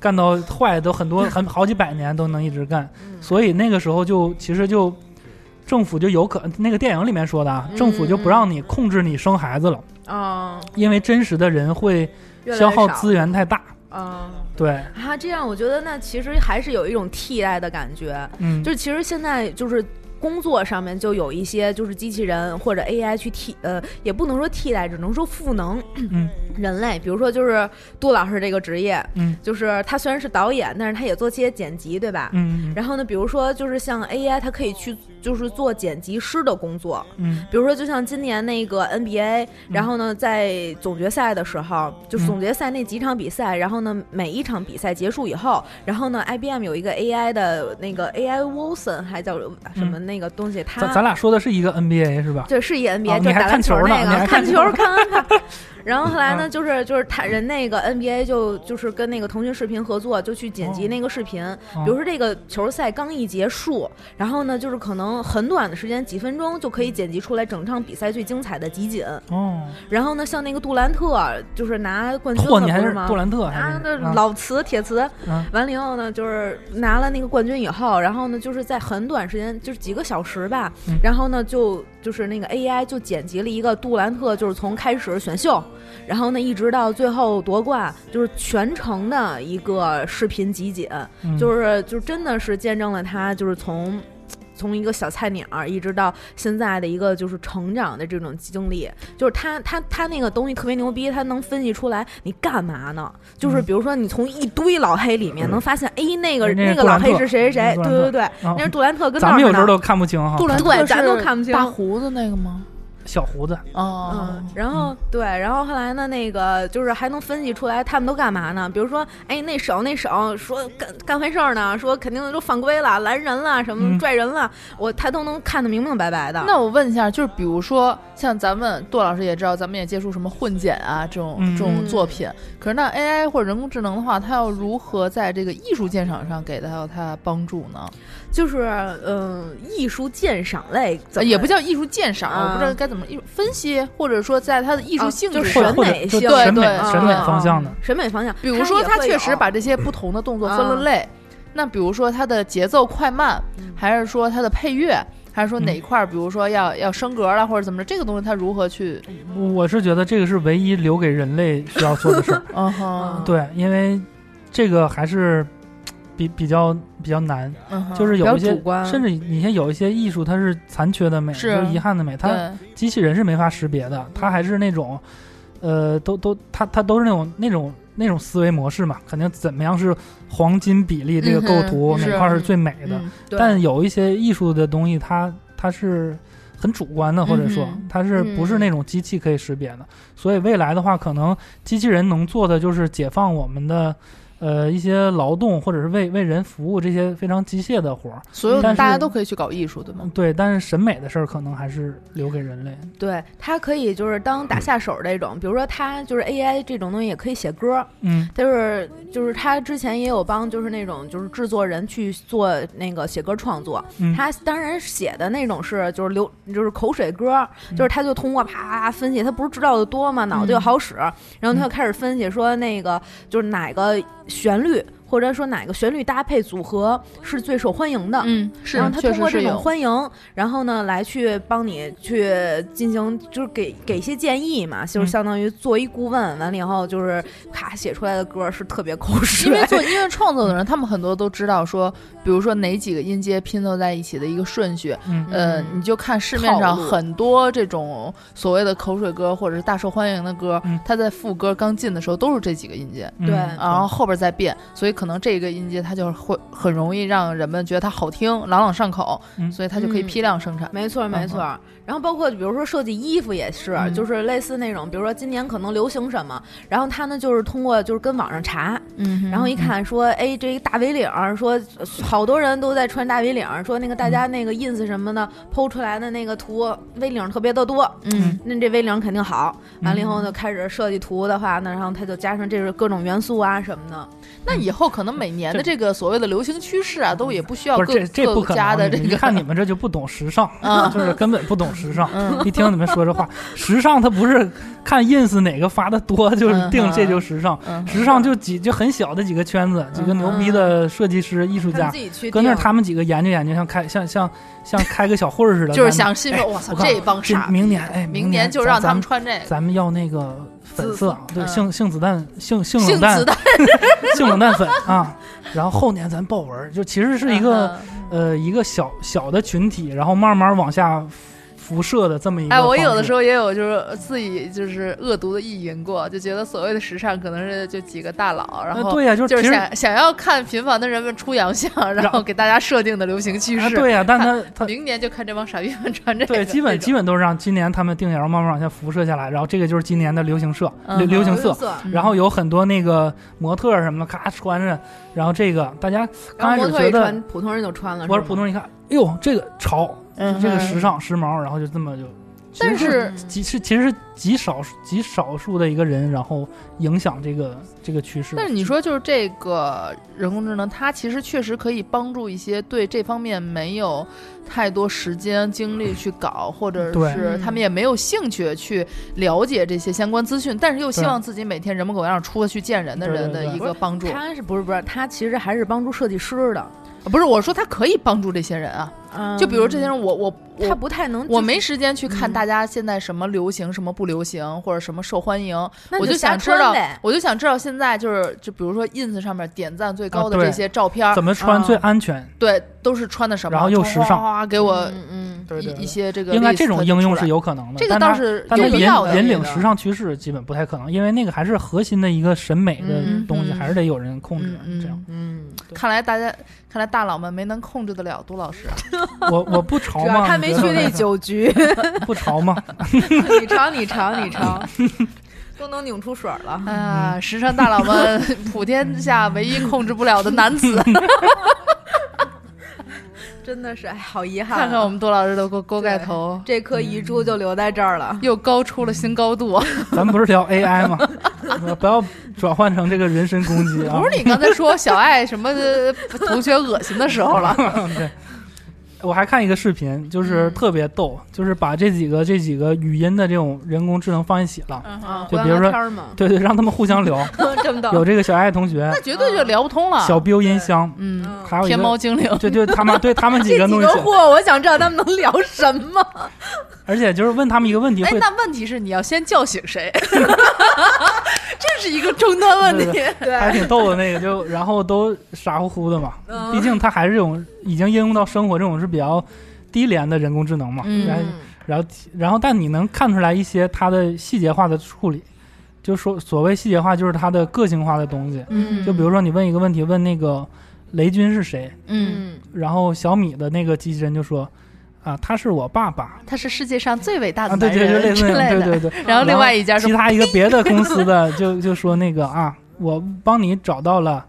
干到坏都
(laughs)
很多很好几百年都能一直干。
嗯
所以那个时候就其实就政府就有可那个电影里面说的啊，
嗯
政府就不让你控制你生孩子了，
啊，
因为真实的人会
越来
消
越
耗
少
资源太大。
啊
对，
啊，这样我觉得那其实还是有一种替代的感觉，
嗯，
就其实现在就是。工作上面就有一些就是机器人或者 AI 去替呃，也不能说替代，只能说赋能
嗯
(clears throat) 人类。比如说就是杜老师这个职业，
嗯，
就是他虽然是导演，但是他也做些剪辑，对吧？
嗯
然后呢，比如说就是像 AI，它可以去就是做剪辑师的工作，
嗯
比如说就像今年那个 NBA，然后呢，在总决赛的时候，就是
嗯
总决赛那几场比赛，然后呢，每一场比赛结束以后，然后呢，IBM 有一个 AI 的那个 AI Wilson 还叫什么那个东西，
嗯咱咱
他。
俩说的是一个 NBA 是吧？
对，是一 NBA，、
哦
就
你
是
还
打篮球
看球呢嗯
那
你
个，
还看
看
球 (laughs)
球看看看。然后后来呢，就是就是他人那个 NBA 就就是跟那个腾讯视频合作，就去剪
哦
辑那个视频。比如说这个球赛刚一结束，然后呢，就是可能很短的时间，几分钟就可以剪辑出来整场比赛最精彩的集锦。
哦，
然后呢，像那个杜兰特，就是拿冠军
嚯，
了，
你还
不
是
吗？
杜兰特还
拿
是
的
啊
老磁铁磁
嗯，
完了以后呢，就是拿了那个冠军以后，然后呢，就是在很短时间，就是几个小时吧
嗯，
然后呢，就就是那个 AI 就剪辑了一个杜兰特，就是从开始选秀，然后呢，一直到最后夺冠，就是全程的一个视频集锦，
嗯
就是就真的是见证了他，就是从。从一个小菜鸟儿一直到现在的一个就是成长的这种经历，就是他他他那个东西特别牛逼，他能分析出来你干嘛呢？就是
嗯
比如说你从一堆老黑里面能发现，哎，那个
那
那
是
个
杜
老
兰
黑
特
是谁谁谁？
那是杜兰
对对
特
对，
啊
那是杜兰特跟
咱们有时候
都
都看不清哈，
杜兰特
对咱都
是
看不清
大胡子那个吗？
小胡子
哦
嗯，，然后对，然后后来呢，那个就是还能分析出来他们都干嘛呢？比如说，哎，那手那手说干干坏事儿呢，说肯定都犯规了，拦人了，什么
嗯
拽人了，我他都能看得明明白白的。
那我问一下，就是比如说像咱们杜老师也知道，咱们也接触什么混剪啊这种、
嗯
这种
嗯
作品，可是那 AI 或者人工智能的话，它要如何在这个艺术鉴赏上给到它帮助呢？
就是嗯、艺术鉴赏类怎
呃
么
也不叫艺术鉴赏，
啊
我不知道该怎么艺术分析，或者说在它的艺术
啊
性
就
质
是
上。
或或者
审美嗯
就
性
审美
对对
审美
对
方向的，
审美方向，
比如说，
它
它
也会
确实
有
把这些不同的动作分了类。那比如说它的节奏快慢，还是说它的配乐，还是说哪一块儿，比如说要要升格了或者怎么着，这个东西它如何去？
嗯
我是觉得这个是唯一留给人类需要做
(laughs)
的事儿。
嗯哼，
对，因为这个还是比比较比较难，
嗯哼，
就是
比
有
较
一些
主观
甚至你像有一些艺术它是残缺的美，
是
就是遗憾的美，它
对
机器人是没法识别的，它还是那种，呃，都都它它都是那种那种那种思维模式嘛，肯定怎么样是黄金比例这个构图、
嗯哼
哪块儿
是
是最美的，
嗯
对
但有一些艺术的东西它，它是很主观的，或者说
嗯哼
它是不是那种机器可以识别的？所以未来的话，可能机器人能做的就是解放我们的。呃，一些劳动或者是为为人服务这些非常机械的活儿，
所有
但
的
是
大家都可以去搞艺术，对吗？
对，但是审美的事儿可能还是留给人类。
对它可以就是当打下手这种，比如说它就是 AI 这种东西也可以写歌，
嗯，
就是就是他之前也有帮就是那种就是制作人去做那个写歌创作，
嗯
他当然写的那种是就是流就是口水歌，就是他就通过啪分析，他不是知道的多嘛，脑子又好使，然后他就开始分析说那个就是哪个旋律或者说哪个旋律搭配组合是最受欢迎的，
嗯，是
然后，他
确
通
实
过
是
这种
有。
欢迎，然后呢来去帮你去进行，就是给给一些建议嘛，就是
嗯
相当于做一顾问，完了以后就是咔写出来的歌是特别口
(laughs)
水，
因为做音乐创作的人，他们很多都知道说，比如说哪几个音阶拼凑在一起的一个顺序，
嗯
呃，你就看市面上
套路
很多这种所谓的口水歌或者是大受欢迎的歌
嗯，
它在副歌刚进的时候都是这几个音阶，
嗯
对
嗯
然后后边再变，所以可能这个音阶它就会很容易让人们觉得它好听，朗朗上口，
嗯
所以它就可以
嗯
批量生产。
(laughs) 没错没错。然后包括比如说设计衣服也是，
嗯
就是类似那种，比如说今年可能流行什么，然后他呢就是通过就是跟网上查，
嗯
然后一看说，哎，这一大 V 领儿，说好多人都在穿大 V 领儿，说那个
嗯
大家那个 ins 什么的剖出来的那个图 V 领儿特别的多，
嗯，
那这 V 领儿肯定好。完了以后呢，开始设计图的话呢，然后他就加上这是各种元素啊什么的，
那以后可能每年的这个所谓的流行趋势啊，都也不需要
不
各
是这这不
各
可
家的
能，
这
你一
个
看你们这就不懂时尚，
(laughs)
(laughs)
啊，
就是根本不懂时尚。
嗯
一听你们说这话，时尚它不是看 ins 哪个发的多就是定
嗯
这就时尚，
嗯，
时尚就几就很小的几个圈子，几个牛逼的设计师、艺术
他们
家
自，己去
搁那儿
定
他们几个研究研究，像开像像像开个小会儿似的，
就是
咱
想
们
心说，哇操，
我告诉你
这帮
这
傻逼，
明年哎，
明
年
就
咱
让他们
咱
穿这个
咱们要那个粉色，对，
嗯
性性子弹性性
性
冷
子
淡
弹，
性冷淡粉啊，然后后年咱豹纹，就其实是一个
(laughs) 嗯。
呃一个小小的群体，然后慢慢往下辐射的这么一个
哎，
方式。
我有的时候也有，就是自己就是恶毒的意淫过，就觉得所谓的时尚可能是就几个大佬，然
呃
后
对呀，就
就是是
其实
想想要看频繁的人们出洋相，然
然
后
后
给大家设定的流行趋
啊
势。
对呀，但他他
明年就看这帮傻逼们穿这个。
对，基本
这
基
种
本都是让今年他们定然后慢慢往下辐射下来，然后这个就是今年的流行社
嗯
流流行
流行
色，
色，
然后有很多那个模特儿什么的，咔穿着，然后这个大家
然后
刚开
模
始
特
觉
一
得
穿，，普通人就穿了，
我是
吗
普通人一看，哎呦这个潮，
嗯
这个
哼
时尚时髦，然后就这么就其
但
实就是极是其实是极少数极少数的一个人，然后影响这个这个趋势。
但是你说就是这个人工智能，它其实确实可以帮助一些对这方面没有太多时间精力去搞，或者
嗯对
是他们也没有兴趣去了解这些相关资讯，但是又希望自己每天人模狗样出去见人的人
嗯对
的
对对
一个帮助。啊
他是不是不是？他其实还是帮助设计师的。
不是我说，它可以帮助这些人啊，
嗯，
就比如这些人，我我
他
我。
不太能，
我没时间去看
嗯
大家现在什么流行，什么不流行，或者什么受欢迎，
那
我
就瞎
想知
穿
道
呗，
我就想知道现在就是就比如说 ins 上面点赞最高的
啊对
这些照片儿，
怎么穿
啊
最安全？
对，都是穿的什么，
然后又
哗
时尚
哗哗给我
嗯嗯，
对对
一一
对
些这个
应该
list
这种
就
应
出
用
来
是有可能的。
这个
但
倒
它
是
但它
有必要
引
的，
引
这
领
个
时尚趋势基本不太可能，因为那个还是核心的一个审美的
嗯
东西，
嗯
还是得有人控制。
嗯
这样，
嗯，
看来大家看来大佬们没能控制得了杜老师，
我我不潮
(laughs)
主要
吗？
他没
你
去
觉得
那酒局，
不潮吗？
你尝你尝你尝，都能拧出水儿了。
哎
嗯
呀，时尚大佬们普天下唯一控制不了的男
(laughs)
子，
真的是，哎，好遗憾啊、
看看我们杜老师的锅锅盖
对
头。
这颗遗珠就留在这儿了。
又高出了新高
(laughs)
度，
咱们不是聊
(laughs)
AI 吗？不要转换成这个人身攻击啊
不！是你刚才说小爱什么呃同学恶心的时候
(laughs)
了？
对，我还看一个视频，
嗯
就是特别逗，就是把这几个这几个语音的这种人工智能放一起了，
嗯
啊，
就比如说
天儿嘛，
对对，让他们互相
(laughs)
聊。
这 (laughs) 么
有
逗。
(laughs) 这个小爱同学，
那绝对就聊不通了。
小 biu 音箱，
嗯，
还有一
天
个
猫，精灵，
(laughs) 就就他们对他们
这
几
几
个弄一
(laughs)
个
起，
货，我想知道他们能聊什么。
而且就是问他们一个问题
哎，
会。
那问题是你要先叫醒
(laughs)
谁？这是一个终端问
对
题。
还挺逗的那个，就然后都傻乎乎
(laughs)
的嘛。
嗯
毕竟它还是这种已经应用到生活这种是比较低廉的人工智能嘛。
嗯
然后然后然后但你能看出来一些它的细节化的处理，就说所谓细节化就是它的个性化的东西。
嗯
就比如说你问一个问题，问那个雷军是谁，
嗯，
然后小米的那个机器人就说。啊，他是我爸爸
他是世界上最伟大
啊，
的
对
男
对对，
人
类
之
似
类的。
那种，对对对，
然后另外一家说
其他一个
(laughs)
别的公司的就就说那个啊，我帮你找到了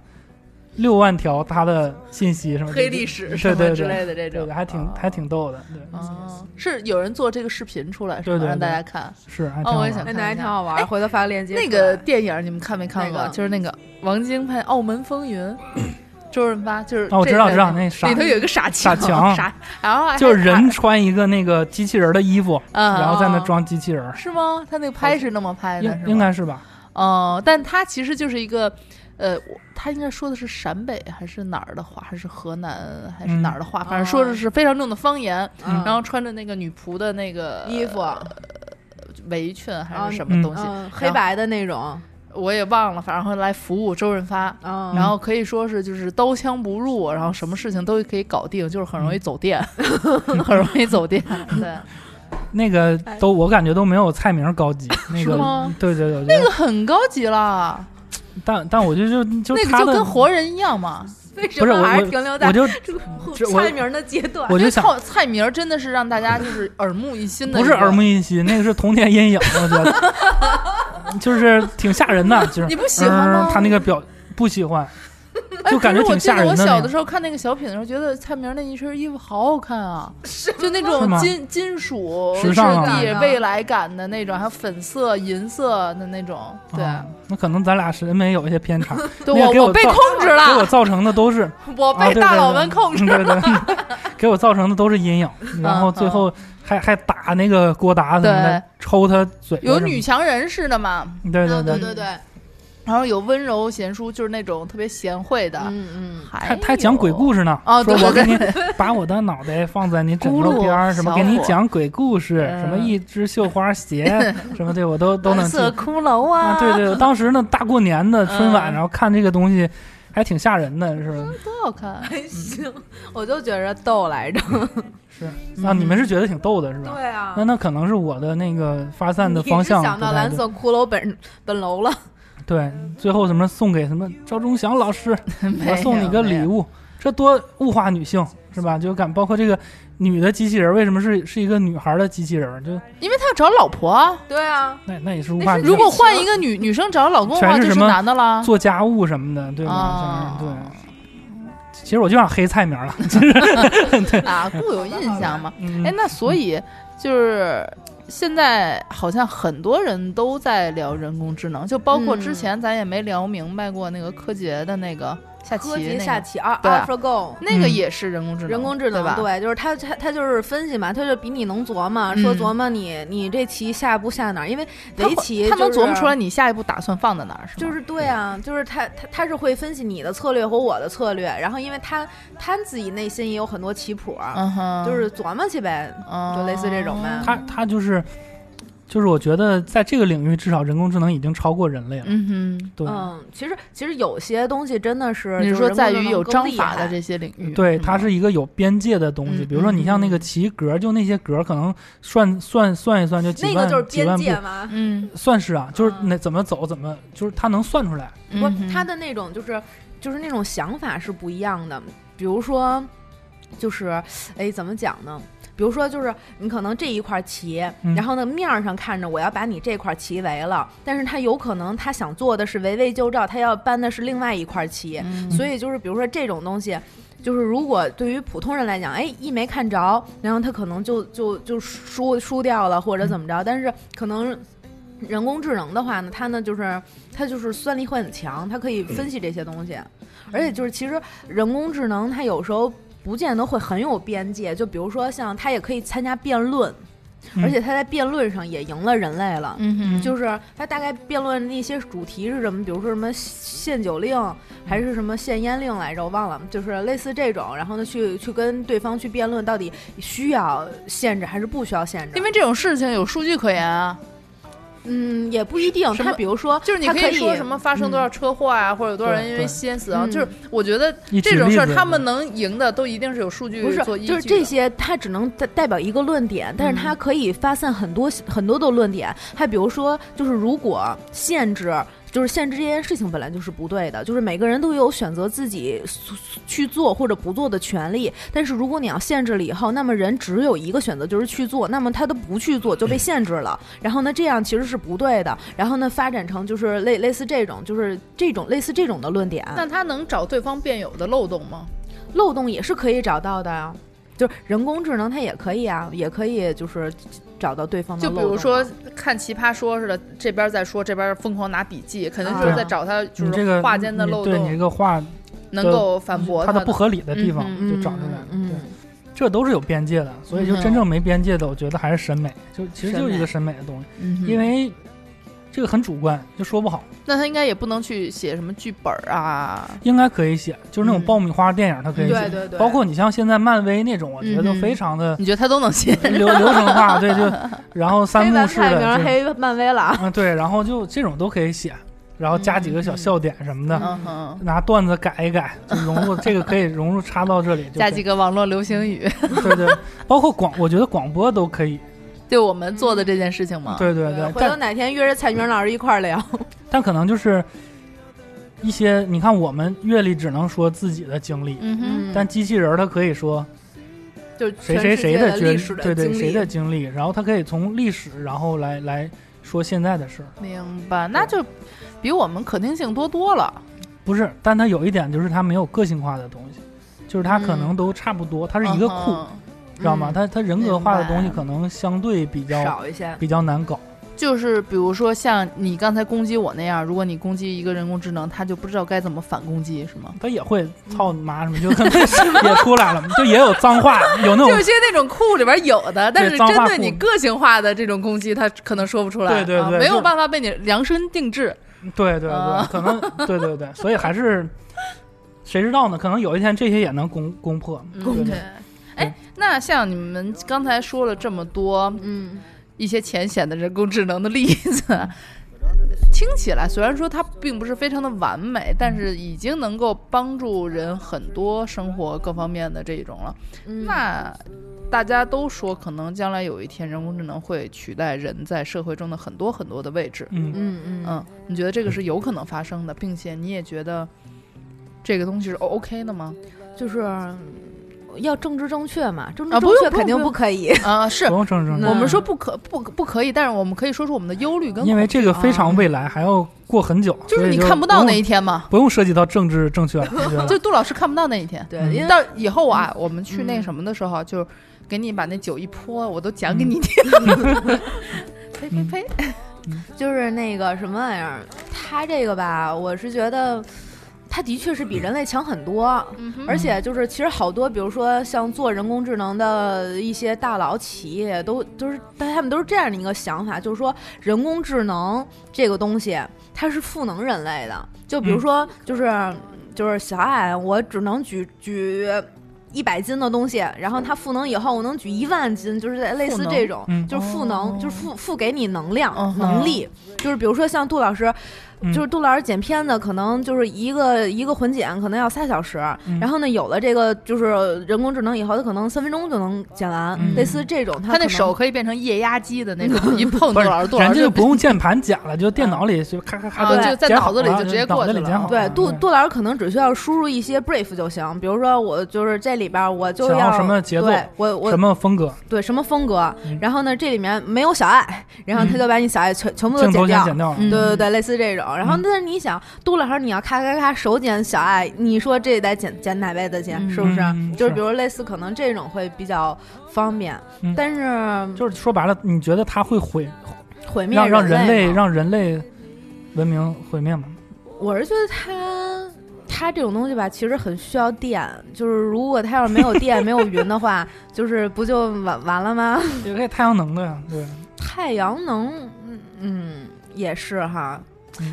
六万条他的信息什么
黑历史
对
什
对
么之
对，
类的这
对
种，
对，还挺
哦
还。挺逗的，对，
哦，是有人做这个视频出来是
对
吧？
对
让大
对
家看
是还
哦
挺好
我也
玩
想
的
那还挺好玩儿，回头发个链接出来。
那个电影，你们看没看过
哪？个
就是那个王晶拍《澳门风云》，
(laughs)
周润发就是
哦我
这
知道
人
知道那傻
里头有一个傻
傻强 (laughs)
傻，然后还
就是人穿一个那个机器人的衣服，
嗯
然后在那装机器人儿，
是吗？他那个拍是那么拍的，是
应
吗
应该是吧？
哦，但他其实就是一个，呃，我他应该说的是陕北还是哪儿的话，还是河南还是哪儿的话，反正说的是非常正的方言。
嗯，
然后穿着那个女仆的那个
衣服
围裙还
啊
是什么东西，
嗯，黑白的那种，
我也忘了，反正会来服务周润发。
嗯，
然后可以说是就是刀枪不入，然后什么事情都可以搞定，就是很容易走
(laughs)
电，很容易走电。对，
那个都我感觉都没有蔡明高
(laughs)
级，那
哎是吗
个对对对，我觉
那
得
个很高级了，
但但我就就就
那个
他
就
的
跟活人一样嘛。
(laughs) 为什
不是我
么还是
我
停留在
我就这我
蔡明的阶段？ (laughs)
因 (laughs)
我就
为
想
靠蔡明儿真的是让大家就是耳目一新的，
不是耳目。一新，那个是童年阴影，我觉
(laughs)
得，就是挺吓人的，就是
你不喜欢吗
嗯他那个表不喜欢，
哎
就感觉
可是我
挺吓人的
记得我
那
小
种
的时候看那个小品的时候，觉得蔡明儿那一身衣服好好看啊，就那
(laughs) 是
种
吗
金金属
时
质
尚啊
地、
嗯
未来感的那种，还有粉色、银色的那种。对，
啊那可能咱俩审美有一些
(laughs)
偏差，
对
那个给
我
我
被
造
控制
给我
了，
造成的都是
(laughs) 我
啊
被
对
大
对
佬
对
们控制。嗯
对对， (laughs) 给我造成的都是阴影，然后最后还还打那个郭达什么的
对，
抽他嘴巴什么
有
的，
女强人似的嘛，
对对对，
对对。然后有温柔贤淑，就是那种特别贤惠的，
嗯
还
他他还讲鬼
事。
故事呢，
哎哦
说
对
我
对
给你把我的脑袋放在你枕
咕
头
噜
边儿，什么给你
小伙
讲鬼故事，
嗯
什么一只绣
(laughs)
花鞋，什么对我都都能记。
骷髅
啊，对对，我当时呢大过年的春晚，
嗯
然后看这个东西，还挺吓人的，是吧？
多好看！
嗯，行， (laughs) 我就觉着逗来着。
是啊，你们
嗯
是觉得挺逗的，是吧？
对啊
那那可能是我的那个发散的方向
你是想
不
到
太
蓝
对
色骷髅本本楼了，
对，最后什么送给什么赵忠祥老师，
没
(laughs) 我送你
有
个
没有
礼物，这多物化女性是吧？就感包括这个女的机器人，为什么是是一个女孩的机器人？就
因为他要找老婆啊。
对啊，
那那也是物化女性
如。果换一个女女生找老公的话，
全
就是是
什么
男的啦。
做家务什么的，对吧？
啊
就是对。其实我就想黑菜
(laughs)
名了，其实
啊，固有印象嘛。
嗯
哎，那所以就是现在好像很多人都在聊人工智能，就包括
嗯
之前咱也没聊明白过那个柯洁的那个下棋
(laughs) 科技
那
下
个，
棋啊
对
，AlphaGo。
那个
嗯
也是人工智能，
人工智能
对吧？
对，就是他他他就是分析嘛，他就比你能琢磨，说
嗯
琢磨你你这棋下不下哪儿，因为
他
围棋
他能
就是
琢磨出来你下一步打算放在哪儿，是吗？
就是对啊，就是他他他是会分析你的策略和我的策略，然后因为他他自己内心也有很多棋谱，啊
嗯哼，
就是琢磨去呗。
嗯
就类似这种呗
他他就是，就是我觉得在这个领域，至少人工智能已经超过人类了。
嗯
对，
嗯，其实其实有些东西真的是
哼，你
就是
说
人工
在
智
于
能
有
更
章
厉
法的
害
这些领域，
对，
嗯
它是一个有边界的东西。
嗯
比如说，你像那
嗯
个棋格，就那些格，可能算算算一算就几
那个
万
就是
几
边
万
界
步，
嘛。
嗯
算是啊，就是
嗯
那怎么走怎么，就是它能算出来。
嗯
不
哼，，
他的那种就是就是那种想法是不一样的。比如说，就是哎，怎么讲呢？比如说，就是你可能这一块棋，
嗯
然后呢面儿上看着我要把你这块棋围了，但是他有可能他想做的是围魏救赵，他要搬的是另外一块棋，
嗯
所以就是比如说这种东西，就是如果对于普通人来讲，哎，一没看着，然后他可能就就就输输掉了或者怎么着，但是可能人工智能的话呢，它呢就是它就是算力会很强，它可以分析这些东西，而且就是其实人工智能它有时候。不见得会很有边界，就比如说像它也可以参加辩论，
嗯
而且它在辩论上也赢了人类了。
嗯哼，
就是他大概辩论那些主题是什么，比如说什么限酒令还是什么限烟令来着，我忘了，就是类似这种。然后呢，去去跟对方去辩论，到底需要限制还是不需要限制？
因为这种事情有数据可言啊，
嗯，也不一定。
什么
他比如说，
就是你
他
可
可
以说什么发生多少车祸啊，或者有多少人
对
因为
对
吸烟死亡，
嗯
就是我觉得
一举
这种
例
事儿
子
他们能赢的都一定是有数据
不是
做依据嗯
就是这些，它只能代代表一个论点，但是它可以发散很多很多的论点。还比如说，就是如果限制。就是限制这件事情本来就是不对的，就是每个人都有选择自己去做或者不做的权利。但是如果你要限制了以后，那么人只有一个选择，就是去做。那么他的不去做就被限制了。
嗯
然后呢，这样其实是不对的。然后呢，发展成就是类类似这种，就是这种类似这种的论点。
那他能找对方辩友的漏洞吗？
漏洞也是可以找到的啊，就是人工智能它也可以啊，也可以就是找到对方的
就
漏
比
洞啊。
如说看奇葩说似的，这边在说，这边疯狂拿笔记，肯定就是
啊
在找他就
你这
是
个
话间的
你
漏
对你这
洞，
个话
能够反驳
它
的
的不合理的地方
嗯嗯
嗯，
就找出来了。
嗯
对，这都是有边界的，所以就真正没边界的，我觉得还是审美，就其实就是一个审美的东西，
嗯哼
因为这个很主观，就说不好。
那他应该也不能去写什么剧本儿啊，
应该可以写，就是那种爆米花电影，它可以
嗯
写。
对对对，
包括你像现在漫威那种，我觉得
嗯嗯嗯
非常的
(laughs) 你觉得他都能写？
流流程化，对，
(laughs)
就然后三
黑
幕
完
式
菜名
的
儿
这，
黑漫威了啊，
嗯，对，然后就这种都可以写，然后加几个小笑点什么的，
嗯哼，
拿段子改一改，就融
(laughs)
入这个可以融入插到这里，就
加
可
几
以
个网络流行语，
对对，包括广，我觉得广播都可以，
对我们做的这件事情吗？
对对对，
回头
但
哪天约着蔡明老师一块儿聊。
但可能就是一些，你看我们阅历只能说自己的经历，
嗯哼，
但机器人儿它可以说。
就是
谁谁谁
的
经
历史
对对
经
谁
历
的经历，然后他可以从历史然后来来说现在的事儿，
明白，那就比我们可听性多多了。
不是，但他有一点就是他没有个性化的东西，就是他可能
嗯
都差不多，他是一个库，
嗯哼
知道吗？
嗯
他他人格化的东西
明白
可能相对比较
少一些。
比较难搞，
就是比如说像你刚才攻击我那样，如果你攻击一个人工智能，他就不知道该怎么反攻击，是吗？
他也会操你妈什么，就可能
(laughs)
也出来了，就也有脏话，有那
就。
种
有些那种库里边有的，但是
哦脏
针
话
对
库
你个性化的这种攻击，他可能说不出来，
对对对
啊没
就
有
是
办法被你量身定制。
对对
啊
对，可能对对对，所以还是谁知道呢？可能有一天这些也能攻攻破。
嗯，对。哎，那像你们刚才说了这么多
嗯，
一些浅显的人工智能的例子，听起来虽然说它并不是非常的完美，但是已经能够帮助人很多生活各方面的这一种了。
嗯
那大家都说，可能将来有一天人工智能会取代人在社会中的很多很多的位置。
嗯，
嗯嗯
嗯，你觉得这个是有可能发生的，并且你也觉得这个东西是 O OK 的吗？
就是嗯要政治正确嘛，政
啊
治
不
正
用
确
不
肯
用不
定不
用
可以。
嗯
啊、是
不用争争。
我们说不可不不可以，但是我们可以说出我们的忧虑跟
因为这个非常未来，还要过很久，
啊就
所
是
以
你看不到那
用
一天嘛。
不用涉及到政
(laughs)
治正确了，我觉得
就杜老师看不到那一天。
对，
嗯
因为
到以后啊，我们去那什么的时候，就是给你把那酒一泼，我都讲给你听。
嗯
(laughs) 呸呸呸！
就是那个什么玩意儿，它这个吧，我是觉得。它的确是比人类强很多，
嗯
嗯
而且就是其实好多，比如说像做人工智能的一些大佬企业，都都是，但他们都是这样的一个想法，就是说人工智能这个东西它是赋能人类的。就比如
嗯
说，就是、就是小爱，我只能举举一百斤的东西，然后它赋能以后，我能举一万斤，就是类
赋
似
能哦
这种，
嗯
就是赋能，就是赋赋给你能量、
嗯哼
能力，就是比如说像杜老师，
嗯
就是杜老师剪片子，可能就是一个一个混剪可能要仨小时，
嗯
然后呢，有了这个就是人工智能以后，它可能三分钟就能剪完，
嗯
类似这种，
他
它
那
可能
手可以变成液压机的那种，一碰
不
多
是
少多少
人家就
就
嗯不用键盘剪了，就电脑里就咔咔咔
啊
都
就在
剪好
脑子里
了
就直接过去
脑子里
了
剪好了。
对，杜
嗯
杜老师可能只需要输入一些 brief 就行，比如说我就是这里边我就
想要
要
什么节奏
对我我
什么风格？
对什么风格
嗯，
然后呢这里面没有小爱，然后他就把你小爱全全部都
镜头
剪掉
先剪。嗯掉了。
嗯
对对对，类似这种。然后，但是你想，杜老师，你要咔咔咔手剪小爱，你说这得剪剪哪位的剪，
嗯
是不是
嗯？
就是
是
比如类似，可能这种会比较方便
嗯，
但是
就是说白了，你觉得它会毁，
毁灭
让让人类
吗
让人类文明毁灭吗？
我是觉得它它这种东西吧，其实很需要电。就是如果它要是没有电、 (laughs) 没有云的话，就是不就完完了吗？
也可以太阳能的呀，对，
太阳能，嗯嗯，也是哈
嗯。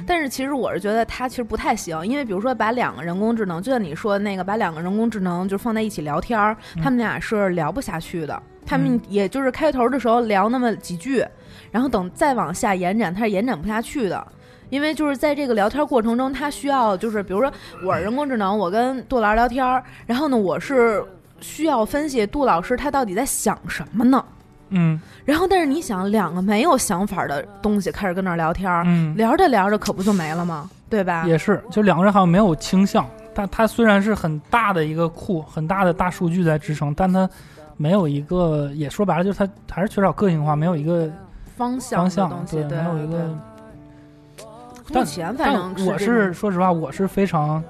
但是其实我是觉得它其实不太行，因为比如说把两个人工智能，就像你说的那个，把两个人工智能就放在一起聊天儿，
嗯
他们俩是聊不下去的。他们也就是开头的时候聊那么几句，然后等再往下延展，它是延展不下去的。因为就是在这个聊天过程中，它需要就是比如说我是人工智能，我跟杜老师聊天儿，然后呢，我是需要分析杜老师他到底在想什么呢？
嗯
然后，但是你想，两个没有想法的东西开始跟那儿聊天儿，
嗯，
聊着聊着可不就没了吗？对吧？
也是，就两个人好像没有倾向。但它虽然是很大的一个库，很大的大数据在支撑，但它没有一个，也说白了就是它还是缺少个性化，没有一个
方向
方
的
向
东，西，对，
没有一个。
对。目
但
前反
但
正
我
这种
是说实话，我是非常，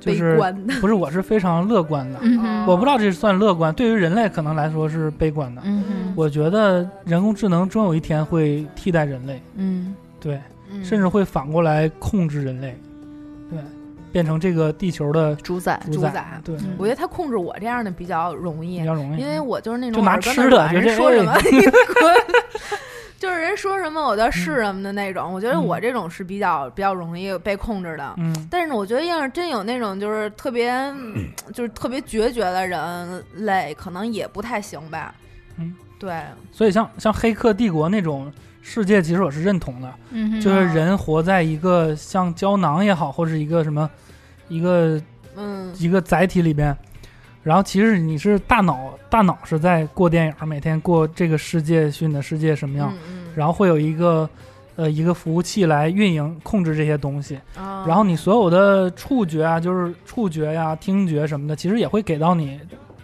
就
悲
是
观的，
不是我是非常乐观的，
嗯哼
我不知道这算乐观，对于人类可能来说是悲观的。
嗯哼
我觉得人工智能终有一天会替代人类，
嗯，
对，
嗯
甚至会反过来控制人类，对，变成这个地球的
主宰
主
主
宰，
宰
对，
嗯
我觉得他控制我这样的比较容易
比，较容易。
因为我就是那
就
种
拿
耳根
吃
子
的
软
就
人
这
说什
哎 (laughs)
么你滚，就是人说什么我就是什么的那种。我觉得我
嗯
这种是比较比较容易被控制的，
嗯，
但是我觉得要是真有那种就是特别就是特别决绝的人类，可能也不太行吧。
嗯，
对，
所以像像《黑客帝国》那种世界，其实我是认同的，
嗯哼
就是人活在一个像胶囊也好，或是一个什么一个
嗯，
一个载体里边，然后其实你是大脑，大脑是在过电影，每天过这个世界虚拟的世界什么样，
嗯
然后会有一个呃一个服务器来运营控制这些东西，
嗯，啊
然后你所有的触觉啊，就是触觉呀、听觉什么的，其实也会给到你，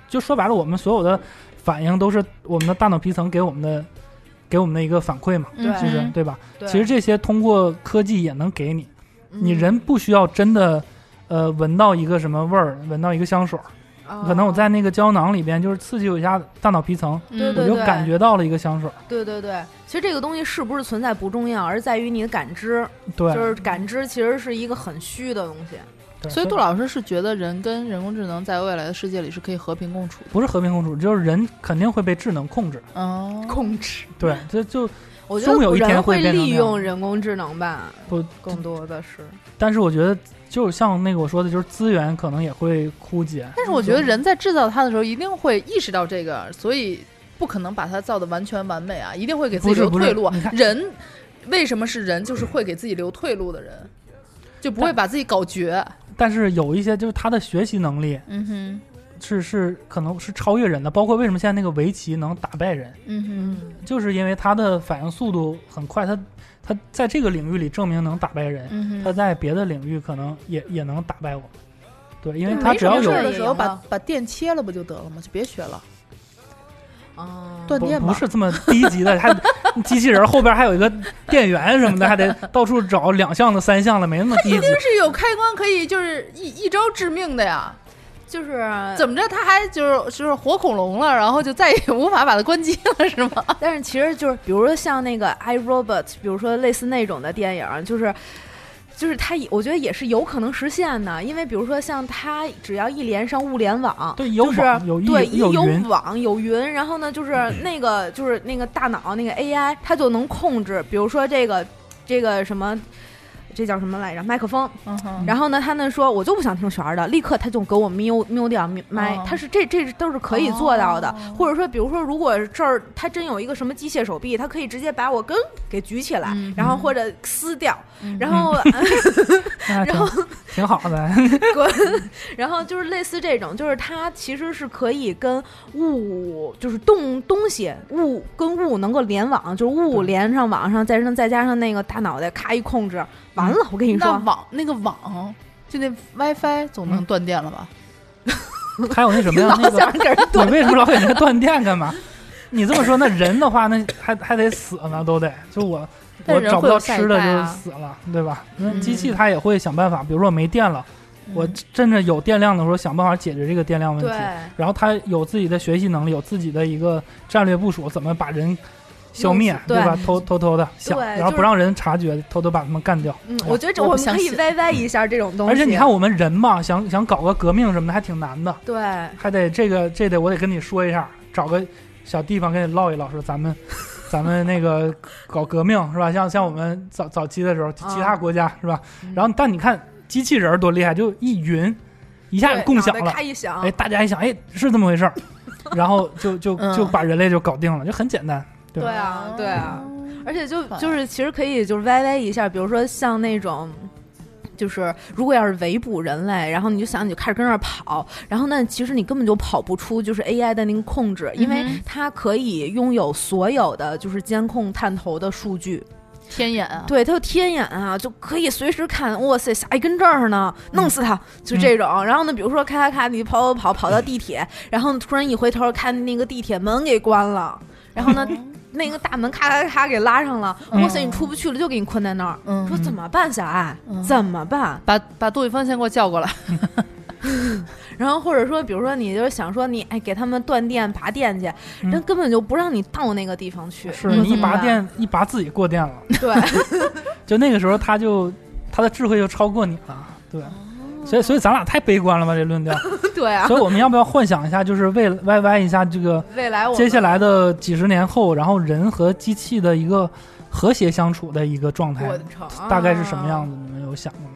就说白了，我们所有的反应都是我们的大脑皮层给我们的给我们的一个反馈嘛，
对
就是、
嗯
对吧？
对
其实这些通过科技也能给你。
嗯
你人不需要真的，呃，闻到一个什么味儿，闻到一个香水儿，
啊
可能我在那个胶囊里边，就是刺激我一下大脑皮层，
对
我
对
就感觉到了一个香水儿。
对对对，其实这个东西是不是存在不重要，而在于你的感知，
对，
就是感知其实是一个很虚的东西。
对
所以杜老师是觉得人跟人工智能在未来的世界里是可以和平共处的。
不是和平共处，就是人肯定会被智能控制。
哦，
控制，
对，这就
我觉
终有
得
一天
人
会变成
利
那样
用人工智能吧，
不
更多的是。
但是我觉得，就像那个我说的，就是资源可能也会枯竭。
但是我觉得人在制造它的时候一定会意识到这个，所以不可能把它造的完全完美啊，一定会给自己
不是
留
不是
退路啊
你。看
人为什么是人，就是会给自己留退路的人，就不会把自己搞绝。
但是有一些就是他的学习能力
嗯哼，
是是可能是超越人的，包括为什么现在那个围棋能打败人，
嗯哼，
就是因为他的反应速度很快，他他在这个领域里证明能打败人，
嗯哼
他在别的领域可能也也能打败我。对，
嗯
因为
对
他
没
只
什么
要有
事儿
的时候
也
把
赢了
把电切了不就得了吗？就别学了，
嗯，
(laughs) 断
不
电
不
吧。
是这么低级
(laughs)
的，还机器人后边还有一个电源什么的，还得到处找两项的、三项的，没那么低级。
是有开关可以，就是一一招致命的呀。
就是
怎么着，他还就是就是活恐龙了，然后就再也无法把它关机了，是吗？
但是其实就是，比如说像那个《I Robot》，比如说类似那种的电影，就是。就是它也，我觉得也是有可能实现的，因为比如说像它只要一连上物联网，
对有
就是
网有一
对一
有云嗯
网有云，然后呢，就是那个就是那个大脑那个 AI，它就能控制，比如说这个这个什么，这叫什么来着？麦克风，
嗯哼，
然后呢，他们说我就不想听旋儿的，立刻他就给我瞄瞄掉咪麦
哦，
他是这这都是可以做到的。或者说，比如说，如果这儿他真有一个什么机械手臂，他可以直接把我根给举起来，
嗯
然后或者撕掉，
嗯
然后、 (laughs)
那哎挺
然
挺好的， (laughs)
然后就是类似这种，就是它其实是可以跟物，就是动东西物跟物能够联网，就是物连上网上，再上再加上那个大脑袋咔一控制，完了，我跟你
那
说，
网那个网就那 WiFi 总能断电了吧？
还有那什么呀？那个
给人
你为什么老给人
(laughs)
家断电干嘛？你这么说，那人的话，那还还得死呢，都得就我
但
我
人
找不
会有
到
下
吃
一
的
代
就
啊
死了，对吧？
嗯
机器它也会想办法，比如说我没电了，我真的有电量的时候想办法解决这个电量问
对
题。然后它有自己的学习能力，有自己的一个战略部署，怎么把人消灭，
嗯对
吧？偷偷偷的想，
对
然后
就
不
是
让人察觉，偷偷把他们干掉。
嗯，我觉得这
我不
我们
相
可以
信
歪歪一下这种东西。
而且你看，我们人嘛，想想搞个革命什么的还挺难的，
对，
还得这个这得我得跟你说一下，找个小地方跟你唠一唠，说咱们 (laughs) 咱们那个搞革命是吧？像像我们早早期的时候，其
嗯
他国家、是吧？然后但你看机器人儿多厉害，就一云一下就
对
共享
脑袋
了，
咔一响，
哎，大家一想，哎，是这么回
(laughs)
事儿，然后就就
嗯
就把人类就搞定了，就很简单。对
对啊，对啊，而且就
烦
就是其实可以就是歪歪一下，比如说像那种。就是如果要是围捕人类，然后你就想你就开始跟那儿跑，然后呢，其实你根本就跑不出就是 AI 的那个控制，因为
嗯哼
它可以拥有所有的就是监控探头的数据，
天眼啊！
对，它有天眼啊，就可以随时看，哇塞，下一跟这儿呢，弄死他，就这种。然后呢，比如说咔咔咔，你跑跑跑跑到地铁，然后突然一回头看那个地铁门给关了，然 (laughs) 后呢，那个大门咔咔咔给拉上了，哇塞，你出不去了，就给你困在那儿。
嗯
说怎么办，小爱？怎么办？
把把杜宇峰先给我叫过来，
然后或者说，比如说，你就是想说你哎给他们断电拔电去，人根本就不让你到那个地方去。
是
嗯
你一
怎么
拔
办
电一拔自己过电了，
对，
(laughs) 就那个时候他就他的智慧就超过你了，
哦
对。所以，所以咱俩太悲观了吧？这论调，
(laughs) 对啊，
所以我们要不要幻想一下，就是为了 YY 一下这个
未来我们
接下来的几十年后，然后人和机器的一个和谐相处的一个状态
我，操
大概是什么样子？你们有想过吗？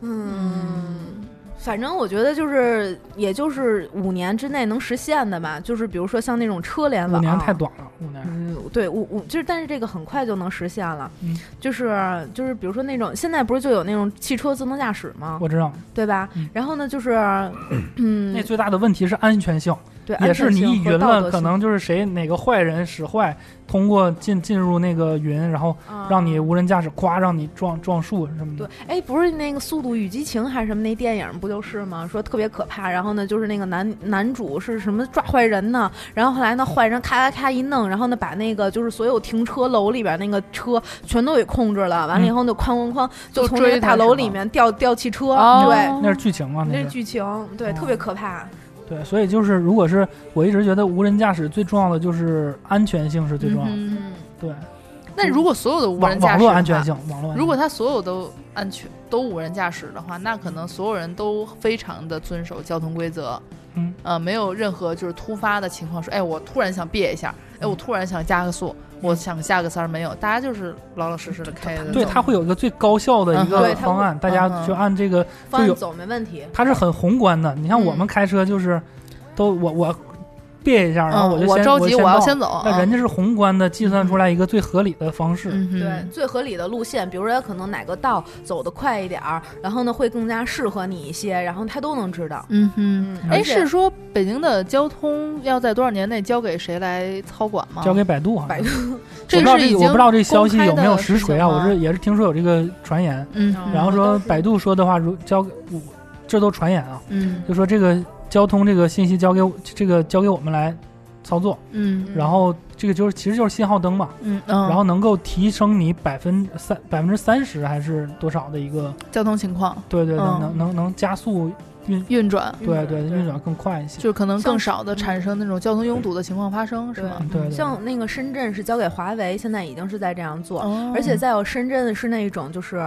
嗯，反正我觉得就是，也就是五年之内能实现的吧。就是比如说像那种车联
五
网，
年太。短了，五年。
啊嗯，对，五五就是，但是这个很快就能实现了。
嗯
就是就是，比如说那种现在不是就有那种汽车自动驾驶吗？
我知道，
对吧？
嗯
然后呢，就是嗯
那，最大的问题是安全性，
对，
也
安
是
全
你
性
一
和
云
道德
了，可
性
能就是谁哪个坏人使坏，通过进进入那个云，然后让你
嗯
无人驾驶，咵让你撞撞树什么
对
的。，
哎，不是那个《速度与激情》还是什么那电影，不就是吗？说特别可怕，然后呢，就是那个男男主是什么抓坏人呢？然后后来呢，坏人咔咔咔一弄，然后呢，把那个就是所有停车楼里边那个车全都给控制了，完了以后呢，哐哐哐就
都
从那个
追他
大楼
是吗
里面掉掉汽车，
哦
对，
那是剧情嘛？
那
那
是
是
剧情，对，特
哦
别可怕，
对，所以就是，如果是我一直觉得无人驾驶最重要的就是安全性是最重要的，
嗯，
对，
那如果所有的无
网
人驾驶
网
的
络
话
安全性，网络安全性
如果它所有都安全都无人驾驶的话，那可能所有人都非常的遵守交通规则，
嗯，
呃，没有任何就是突发的情况说，哎，我突然想别一下，
嗯
哎，我突然想加个速，我想下个三儿，没有，大家就是老老实实的开着走。
对，它会有一个最高效的一
嗯
个
对它会
方案，大家
嗯嗯
就按这个
方
就
案
有
走没问题。
它是很宏观的。你像我
嗯
们开车就是，都我我别一下，然后
嗯，
就
我
先
着急，
我
要
到
先走。
那人
家
家是宏观的计算出来一个最合理的方式。
哦嗯哼
对，最合理的路线，比如说可能哪个道走得快一点儿，然后呢会更加适合你一些，然后他都能知道。
嗯哼。
嗯，
哎，
而且
是说北京的交通要在多少年内交给谁来操管吗？
交给百度好像，
百
我不知道
是
这
已
个
经
我不知道这消息
公开
有
的
没有实锤啊，
事情
我
吗
是也是听说有这个传言，
嗯，
然后说百度说的话，如交给我这都传言啊，
嗯
就说这个交通这个信息交给我这个交给我们来操作，
嗯
然后这个就是其实就是信号灯嘛，
嗯嗯，
然后能够提升你百分三百分之三十还是多少的一个，
交通情况，
对对对，
嗯
能能能加速
运转，
对对，运转更快一些。
就是可能更少
嗯
的产生那种交通拥堵的情况发生，是吗？
嗯对对，
像那个深圳是交给华为，现在已经是在这样做，
哦
而且再有深圳是那种就是，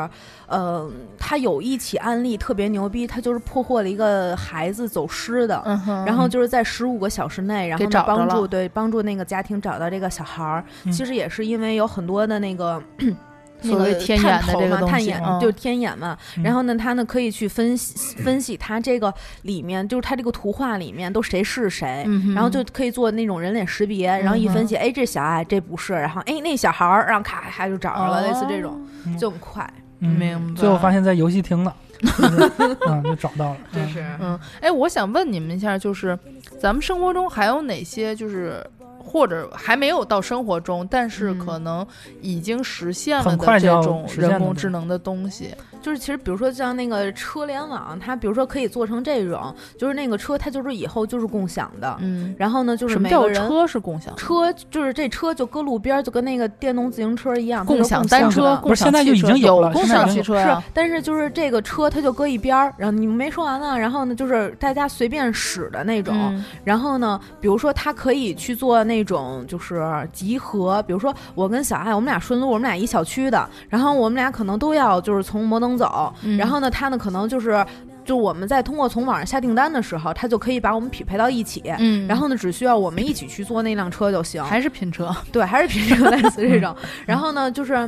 呃，他有一起案例特别牛逼，他就是破获了一个孩子走失的，
嗯哼，
然后就是在十五个小时内，然后
给
呢
找着
帮
了
助对帮助那个家庭找到这个小孩儿。
嗯
其实也是因为有很多的那个。那
(clears throat) 所
个
谓天眼
探
的
头
这个
嘛，
东
探
西
眼
嗯
就是天眼嘛。
嗯
然后呢，他呢可以去分析分析他这个里面，就是他这个图画里面都谁是谁，
嗯哼
然后就可以做那种人脸识别，然后一分析，哎，这小爱这不是，然后哎那小孩儿，然后咔咔就找着了，类似这
哦
种
嗯
就很快。
嗯
明白
最后发现在游戏厅了，就是嗯，就找到了。
这
嗯
是
嗯，哎，我想问你们一下，就是咱们生活中还有哪些就是。或者还没有到生活中，但是
嗯
可能已经实现了的
很快就
这
要
种
实现
人
的
工智
这种
能的东西，啊
就是其实比如说像那个车联网，它比如说可以做成这种，就是那个车它就是以后就是共享的，
嗯，
然后呢就是
什么
每
叫
个人。
车是共享的？
车就是这车就搁路边儿，就跟那个电动自行车一样，它
共
就是
享
共
单
享
车，
的
共啊
不是
享
现在就
汽
已
车
经有了
共
现在
享
已
汽
经
车
是
呀，，
但是就是这个车它就搁一边儿，然后你们没说完呢，然后呢就是大家随便使的那种，
嗯
然后呢，比如说他可以去做那种就是集合，比如说我跟小爱，我们俩顺路，我们俩一小区的，然后我们俩可能都要就是从摩登走，
嗯
然后呢，他呢可能就是就我们在通过从网上下订单的时候，他就可以把我们匹配到一起。
嗯，
然后呢，只需要我们一起去坐那辆车就
嗯
行。
还是拼车，
对，还是平时类似这种。然后呢，就是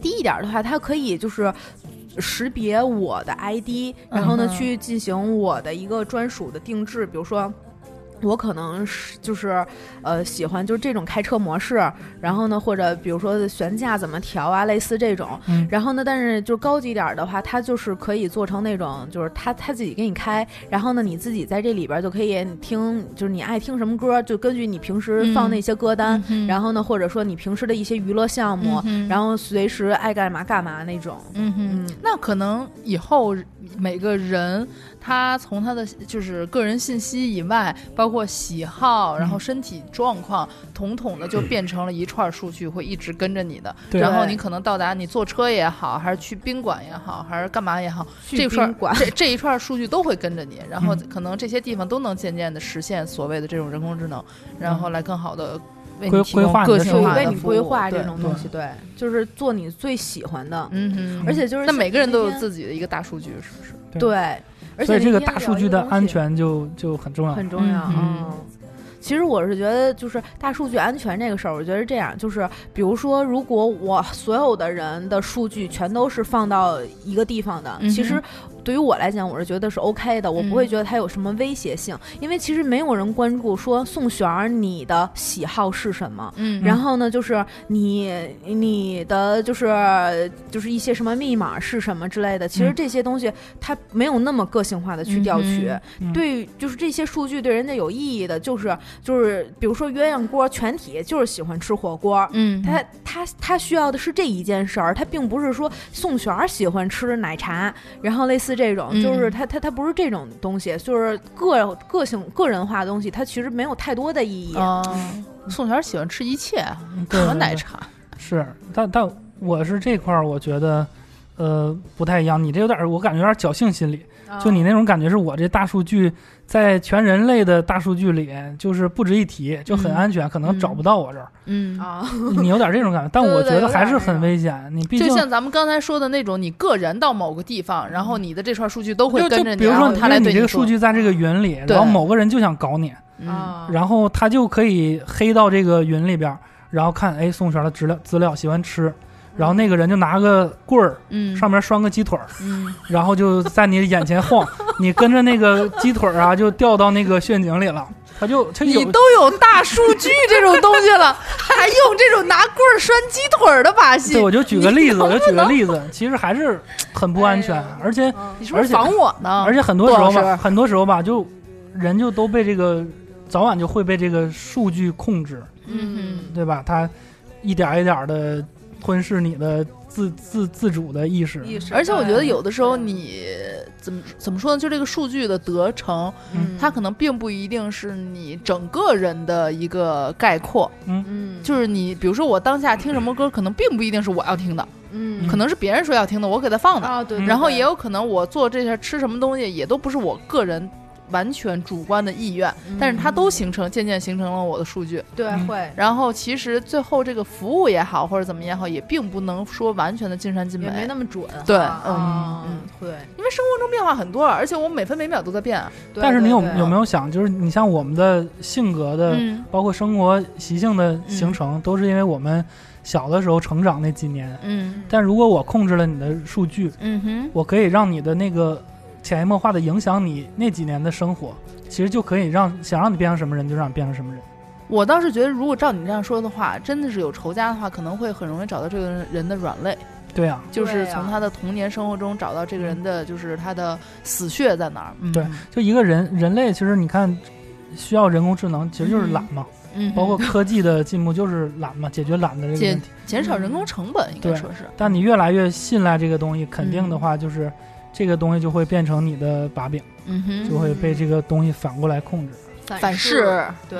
低一点儿的话，它可以就是。识别我的 ID，然后呢，
嗯哼
去进行我的一个专属的定制，比如说。我可能是就是，呃，喜欢就是这种开车模式，然后呢，或者比如说悬架怎么调啊，类似这种。
嗯
然后呢，但是就高级一点儿的话，它就是可以做成那种，就是他他自己给你开，然后呢，你自己在这里边儿就可以听，就是你爱听什么歌，就根据你平时
嗯
放那些歌单，
嗯
然后呢，或者说你平时的一些娱乐项目，
嗯哼
然后随时爱干嘛干嘛那种。
嗯哼，
嗯
那可能以后每个人他从他的就是个人信息以外，包括喜好，然后身体状况，统统的就变成了一串数据，会一直跟着你的。
嗯对
然后你可能到达你坐车也好，还是去宾馆也好，还是干嘛也好，这
去
串
宾馆
这这一串数据都会跟着你，然后
嗯
可能这些地方都能渐渐的实现所谓的这种人工智能，然后来更好的为你
规
提供
规划你的
个性
生活
化
为
的
你
服务
规划这
对
种东西，对，就是做你最喜欢的，
嗯哼，
而且就是
那每个人都有
像那天
自己的一个大数据，是不是？
己
对，而且
所以这
那
个
天
大
聊
数
一
据
个
的
东西
安全就就很重要。
很重要。
嗯
嗯，其实我是觉得，就是大数据安全这个事儿，我觉得是这样，就是比如说，如果我所有的人的数据全都是放到一个地方的，
嗯哼
其实对于我来讲，我是觉得是 OK 的，我不会
嗯
觉得它有什么威胁性，因为其实没有人关注说宋璇儿你的喜好是什么。
嗯
然后呢，就是你你的就是就是一些什么密码是什么之类的，其实
嗯
这些东西它没有那么个性化的去调取，
嗯
嗯
对，就是这些数据对人家有意义的，就是就是比如说鸳鸯锅全体就是喜欢吃火锅。
嗯，
他他他需要的是这一件事儿，他并不是说宋璇儿喜欢吃奶茶，然后类似这种，就
嗯
是他他他不是这种东西，就是个个性个人化的东西，它其实没有太多的意义。
啊，宋璇喜欢吃一切啊，
对
什么
对
奶
对
茶？
是，但但我是这块儿，我觉得，呃，不太一样。你这有点儿，我感觉有点儿侥幸心理。
哦
就你那种感觉，是我这大数据在全人类的大数据里，就是不值一提，就很
嗯
安全，可能找不到我这儿。
嗯，
啊，
你有点儿这种感觉，但我
对对
觉
对
得
有
还
点
是
儿
很
那
危险。你毕竟
就像咱们刚才说的那种，你个人到某个地方，然后你的这串数据都会
嗯就
跟
就
着你，
比如
然
说
后他来
因为
对
你这个数
说，
据啊在这个云里，
对
然后某个人就想搞你，
嗯，
啊
然后他就可以黑到这个云里边儿，然后看哎宋璇的资料资料喜欢吃，然后那个人就拿个棍儿
嗯，
上面拴个鸡腿儿，
嗯，
然后就在你眼前晃，你跟着那个鸡腿儿啊就掉到那个陷阱里了，他就他有
你都有大数据这种东西了， (laughs) 还用这种拿棍儿拴鸡腿儿的把戏
对，，我就举个例子，我就举个例子，其实还是很不安
哎
全，而且
你是不
而
是
且
防我呢？
而且很多时候
杜老师
吧，很多时候吧，就人就都被这个早晚就会被这个数据控制。
嗯
对吧？他一点儿一点的吞噬你的自自自主的意识。
意识
而且我觉得
对
有的时候你怎么怎么说呢？就这个数据的得成，
嗯
它可能并不一定是你整个人的一个概括。
嗯
就是你，比如说我当下听什么歌，可能并不一定是我要听的，
嗯
可能是别人说要听的，我给他放的。
啊对，
嗯
然后也有可能我做这些吃什么东西，也都不是我个人完全主观的意愿，
嗯
但是它都形成渐渐形成了我的数据。
对
嗯
会
然后其实最后这个服务也好，或者怎么也好，也并不能说完全的尽善尽美
也，没那么准哈，
对
啊
嗯，
会。
因为生活中变化很多，而且我每分每秒都在变啊。
对
但是你有
对对
有没有想，就是你像我们的性格的，
嗯
包括生活习性的形成，都是因为我们小的时候成长那几年。
嗯
但如果我控制了你的数据，
嗯哼，
我可以让你的那个潜移默化的影响你那几年的生活，其实就可以让想让你变成什么人就让你变成什么人。
我倒是觉得，如果照你这样说的话，真的是有仇家的话，可能会很容易找到这个人人的软肋，
对啊，
就是
对啊
从他的童年生活中找到这个人的，就是他的死穴在哪儿。嗯
对，就一个人人类，其实你看需要人工智能，其实就是懒嘛，
嗯，
包括科技的进步就是懒嘛，解决懒的这个
解
问题。
减少人工成本，应该
嗯对
说是。
但你越来越信赖这个东西，肯定的话就是。这个东西就会变成你的把柄，
嗯哼，
就会被这个东西反过来控制。
反噬，
对，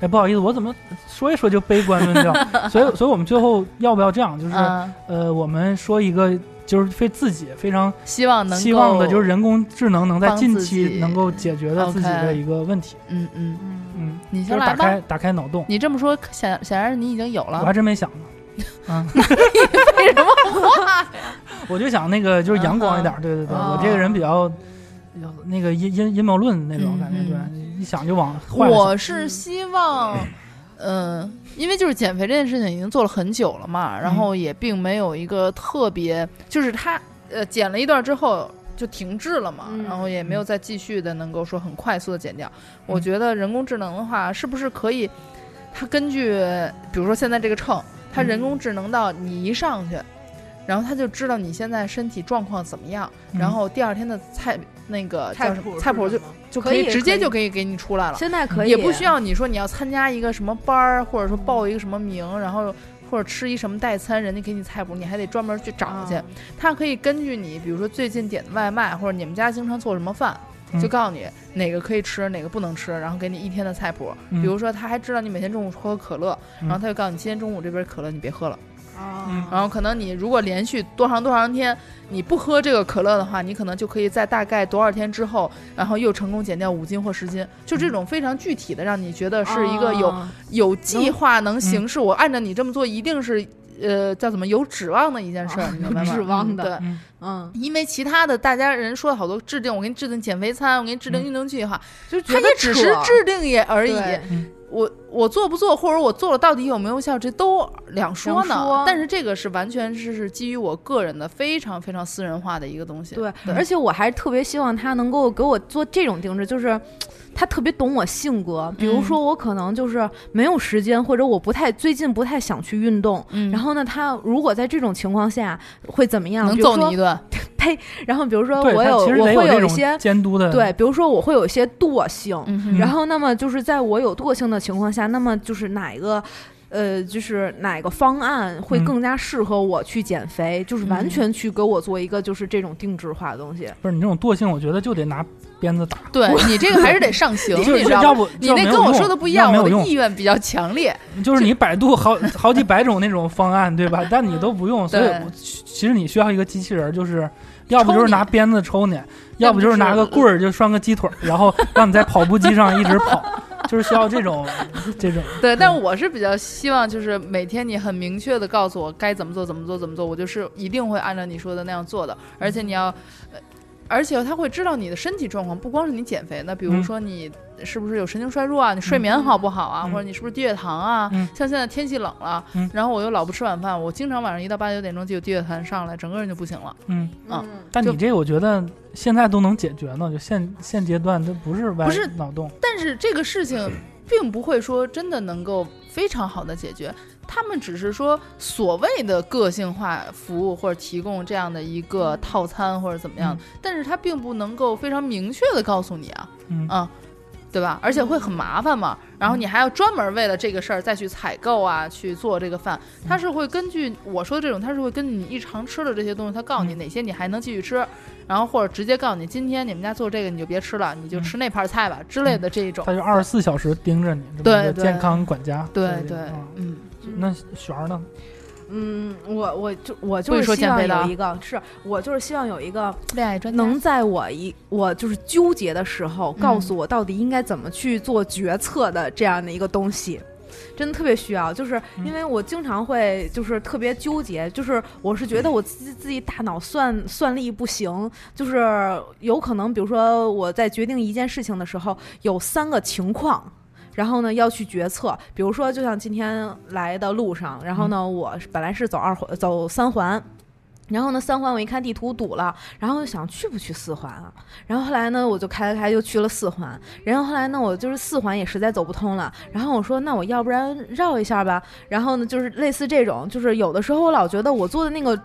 哎，不好意思，我怎么说一说就悲观论
(laughs)
调？所以，所以我们最后要不要这样？就是、
嗯，
呃，我们说一个就是非自己非常
希望能
希望的，
够
就是人工智能能在
帮
近
自
期
己
能够解决的自己
OK
的一个问题。
嗯嗯，
嗯，
你
就
先
是
来
打
吧。
开打开脑洞，
你这么说，显显然你已经有
我
了
还。真没想呢。
(laughs)
嗯，
为什么？
(laughs)
嗯
我就想那个就是阳光一点儿，对对对，
哦
我这个人比较有那个阴阴阴谋论那种感觉，
嗯
对，一想就往坏了想。
我是希望，嗯，因为就是减肥这件事情已经做了很久了嘛，然后也并没有一个特别，就是他呃减了一段之后。就停滞了嘛，然后也没有再继续的能够说很快速的减掉。我觉得人工智能的话，是不是可以，它根据比如说现在这个秤，它人工智能到你一上去，然后它就知道你现在身体状况怎么样，
嗯
然后第二天的菜那个叫什么
谱
菜
菜
谱就就可
可
以
以
直接
可以
就可以给你出来了。
现在可以
也不需要你说你要参加一个什么班儿，或者说报一个什么名，然后或者吃一什么代餐，人家给你菜谱，你还得专门去
啊
找
嗯
去。他可以根据你，比如说最近点的外卖，或者你们家经常做什么饭。
嗯
就告诉你哪个可以吃，哪个不能吃，然后给你一天的菜谱。
嗯
比如说，他还知道你每天中午喝可乐，
嗯
然后他就告诉你今天中午这杯可乐你别喝了。
啊
嗯
然后可能你如果连续多长多长天你不喝这个可乐的话，你可能就可以在大概多少天之后，然后又成功减掉五斤或十斤，就这种非常具体的，让你觉得是一
啊
个有、有计划能
嗯
行事，我按照你这么做一定是呃叫什么有指望的一件事儿，你明白吗？
啊 (laughs) 指望的
嗯对。
嗯
嗯，
因为其他的大家人说了好多制定，我给你制定减肥餐，我给你制定
嗯
运动计划，
就
它
觉得
也只是
扯
制定也而已。
对
我我做不做，或者我做了到底有没有效，这都两说呢。
两说
但是这个是完全是是基于我个人的非常非常私人化的一个东西。
对，
对
而且我还特别希望他能够给我做这种定制，就是。他特别懂我性格，比如说我可能就是没有时间，或者我不太最近不太想去运动。
嗯
然后呢，他如果在这种情况下会怎么样？
能
比如
揍
说
你一顿，
然后比如说
对，
我
它
有
其实
我
得
会
这
一
种嗯
些
监督的，
对，比如说我会有一些惰性，
嗯哼
然后那么就是在我有惰性的情况下，那么就是哪一个。呃，就是哪个方案会
嗯
更加适合我去减肥？就是完全去给我做一个就是这种定制化的东西。
不是你这种惰性，我觉得就得拿鞭子打。
对你这个还是得
(laughs)
上刑，
就是
你知道
要
吗？
不
你
要
那
没有
跟我
用
说的不一
要
样，
没有
我的
用
意愿比较强烈。
就是你百度好好几百种那种方
(laughs)
案，对吧？但你都不用，所以
对
我其其实你需要一个机器人儿，就是要不
抽
就是
你
拿鞭子抽你，要不
不
就是
是
拿个棍儿就拴个鸡腿儿，然后让你在跑步机上一直跑， (laughs) 就是需要这种这种。 (laughs)
对，但我是比较希望，就是每天你很明确的告诉我该怎么做，怎么做，怎么做，我就是一定会按照你说的那样做的。而且你要，呃而且他会知道你的身体状况，不光是你减肥的，比如
嗯
说你是不是有神经衰弱啊，你睡眠好不好啊，
嗯
或者你是不是低血糖啊？
嗯
像现在天气冷了，
嗯
然后我又老不吃晚饭，我经常晚上一到八九点钟就有低血糖上来，整个人就不行了。
嗯
啊
但
就
你这个我觉得现在都能解决呢，就现现阶段这不是歪
不是
脑洞，
但是这个事情并不会说真的能够非常好的解决，他们只是说所谓的个性化服务或者提供这样的一个套餐或者怎么样，但是他并不能够非常明确的告诉你啊
嗯
啊。
对吧？而且会很麻烦嘛。然后你还要专门为了这个事儿再去采购啊，去做这个饭。
嗯
它是会根据我说的这种，它是会根据你日常吃的这些东西，它告诉
嗯
你哪些你还能继续吃，然后或者直接告诉你今天你们家做这个你就别吃了，
嗯
你就吃那盘菜吧之类的这一种
他。就二十四小时盯着你，这么
对
一个
对
健康管家。
对对
嗯，
嗯，
那璇儿呢？
嗯，我我就我
不
就
许说
是希
减肥
望
的啊
有一个，是我就是希望有一个
恋爱专家
能在我一我就是纠结的时候，告诉我到底应该怎么去做决策的这样的一个东西。真的特别需要，就是因为我经常会就是特别纠结，就是我是觉得我自己自己大脑算算力不行，就是有可能，比如说我在决定一件事情的时候，有三个情况。然后呢，要去决策，比如说，就像今天来的路上，然后呢，我是本来是走二环，走三环，然后呢，三环我一看地图堵了，然后就想去不去四环啊？然后后来呢，我就开了开，又去了四环。然后后来呢，我就是四环也实在走不通了。然后我说，那我要不然绕一下吧。然后呢，就是类似这种，就是有的时候我老觉得我做的那个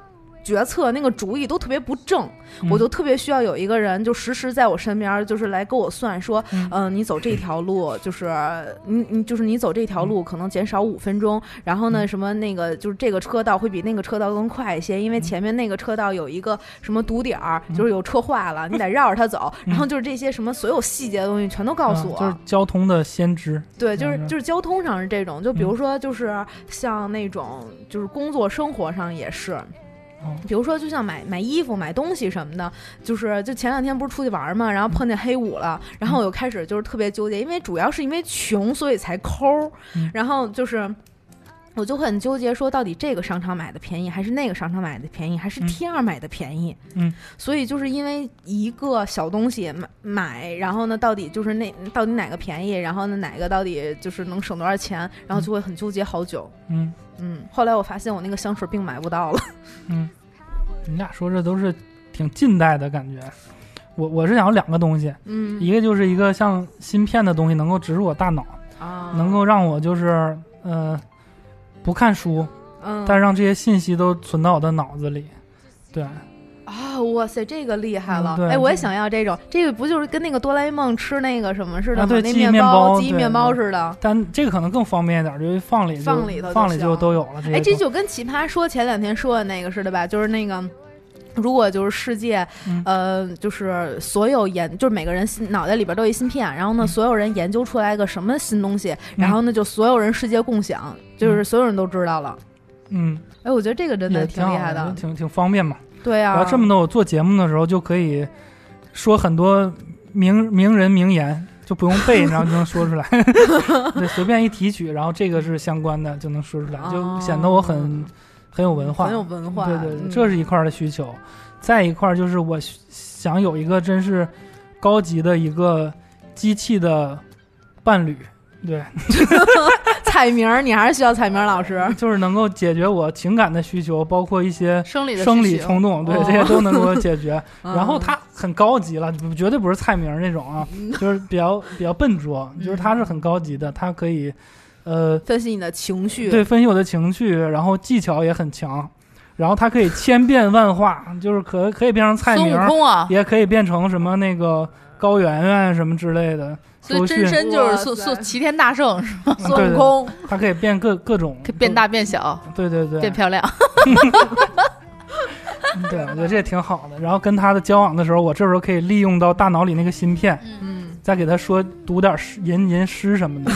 决策、那个主意都特别不正，
嗯
我就特别需要有一个人就实时在我身边，就是来给我算说，嗯、你走这条路，就是你你就是你走这条
嗯
路可能减少五分钟，然后呢，什么那个就是这个车道会比那个车道更快一些，因
嗯
为前面那个车道有一个什么堵点儿，就是有车坏了，你得绕着它走。然后就是这些什么所有细节的东西全都告诉我，
啊嗯就是交通的先知。
对，就是
嗯
就是交通上是这种，就比如说就是像那种就是工作生活上也是。
哦
比如说，就像买买衣服、买东西什么的，就是就前两天不是出去玩嘛，然后碰见黑五了，然
嗯
后我就开始就是特别纠结，因为主要是因为穷，所以才抠儿
嗯，
然后就是。我就会很纠结，说到底这个商场买的便宜，还是那个商场买的便宜，还是
嗯
T 二买的便宜？
嗯，
所以就是因为一个小东西买买，然后呢，到底就是那到底哪个便宜，然后呢哪个到底就是能省多少钱，然后就会很纠结好久。
嗯，
嗯，后来我发现我那个香水并买不到了。 (laughs)
你俩说这都是挺近代的感觉。我我是想要两个东西，
嗯
一个就是一个像芯片的东西，能够植入我大脑，
啊，
能够让我就是呃不看书，
嗯，
但是让这些信息都存到我的脑子里。对，
啊、哇塞，这个厉害了
嗯！对
哎，我也想要这种，这个不就是跟那个哆啦 A 梦吃那个什么似的
啊
吗？
对
那
记忆
面
面包
记忆
对
面
对
包似的。
但这个可能更方便一点，就是放里就
放里头就
放里就
行
都有了。这些
哎，这
东西
就跟奇葩说前两天说的那个似的吧，就是那个。如果就是世界，
嗯
呃，就是所有研，就是每个人心脑袋里边都有一芯片，然后呢，
嗯
所有人研究出来个什么新东西，然后呢，就所有人世界共享，就是所有人都知道了。
嗯，
哎，我觉得这个真的
也
挺
好
厉害的，
挺挺方便嘛。
对啊。
然后这么多，我做节目的时候就可以说很多名名人名言，就不用背，然后就能说出来。对，随便一提取，然后这个是相关的就能说出来，就显得我很很有文化。
很有文化，
对对对，
嗯
这是一块儿的需求。再一块儿就是我需想有一个真是高级的一个机器的伴侣，对， (laughs)
彩名儿，你还是需要彩名儿老师。
就是能够解决我情感的需求，包括一些。
生理的
生
需
理
求
冲动，对
哦
这些都能给我解决。然后
嗯
它很高级了，不绝对不是菜名儿那种啊，
嗯
(laughs) 就是比较比较笨拙，就是它是很高级的，它可以，呃，
分析你的情绪，
对分析我的情绪，然后技巧也很强，然后它可以千变万化，就是可可以变成菜
孙
名
悟
儿，
空啊，
也可以变成什么那个高圆圆什么之
(laughs)
类的，
所以
周
真
迅，
身就是
哇
孙
塞
孙齐天大圣，是吧
嗯对
孙悟
对，
空，
它可以变各各种，
可以变大变小
对，对对，
变漂亮。
对，我觉得这挺好的。然后跟他的交往的时候，我这时候可以利用到大脑里那个芯片，
嗯，
再给他说读点诗、吟吟诗什
嗯
(laughs) 么的。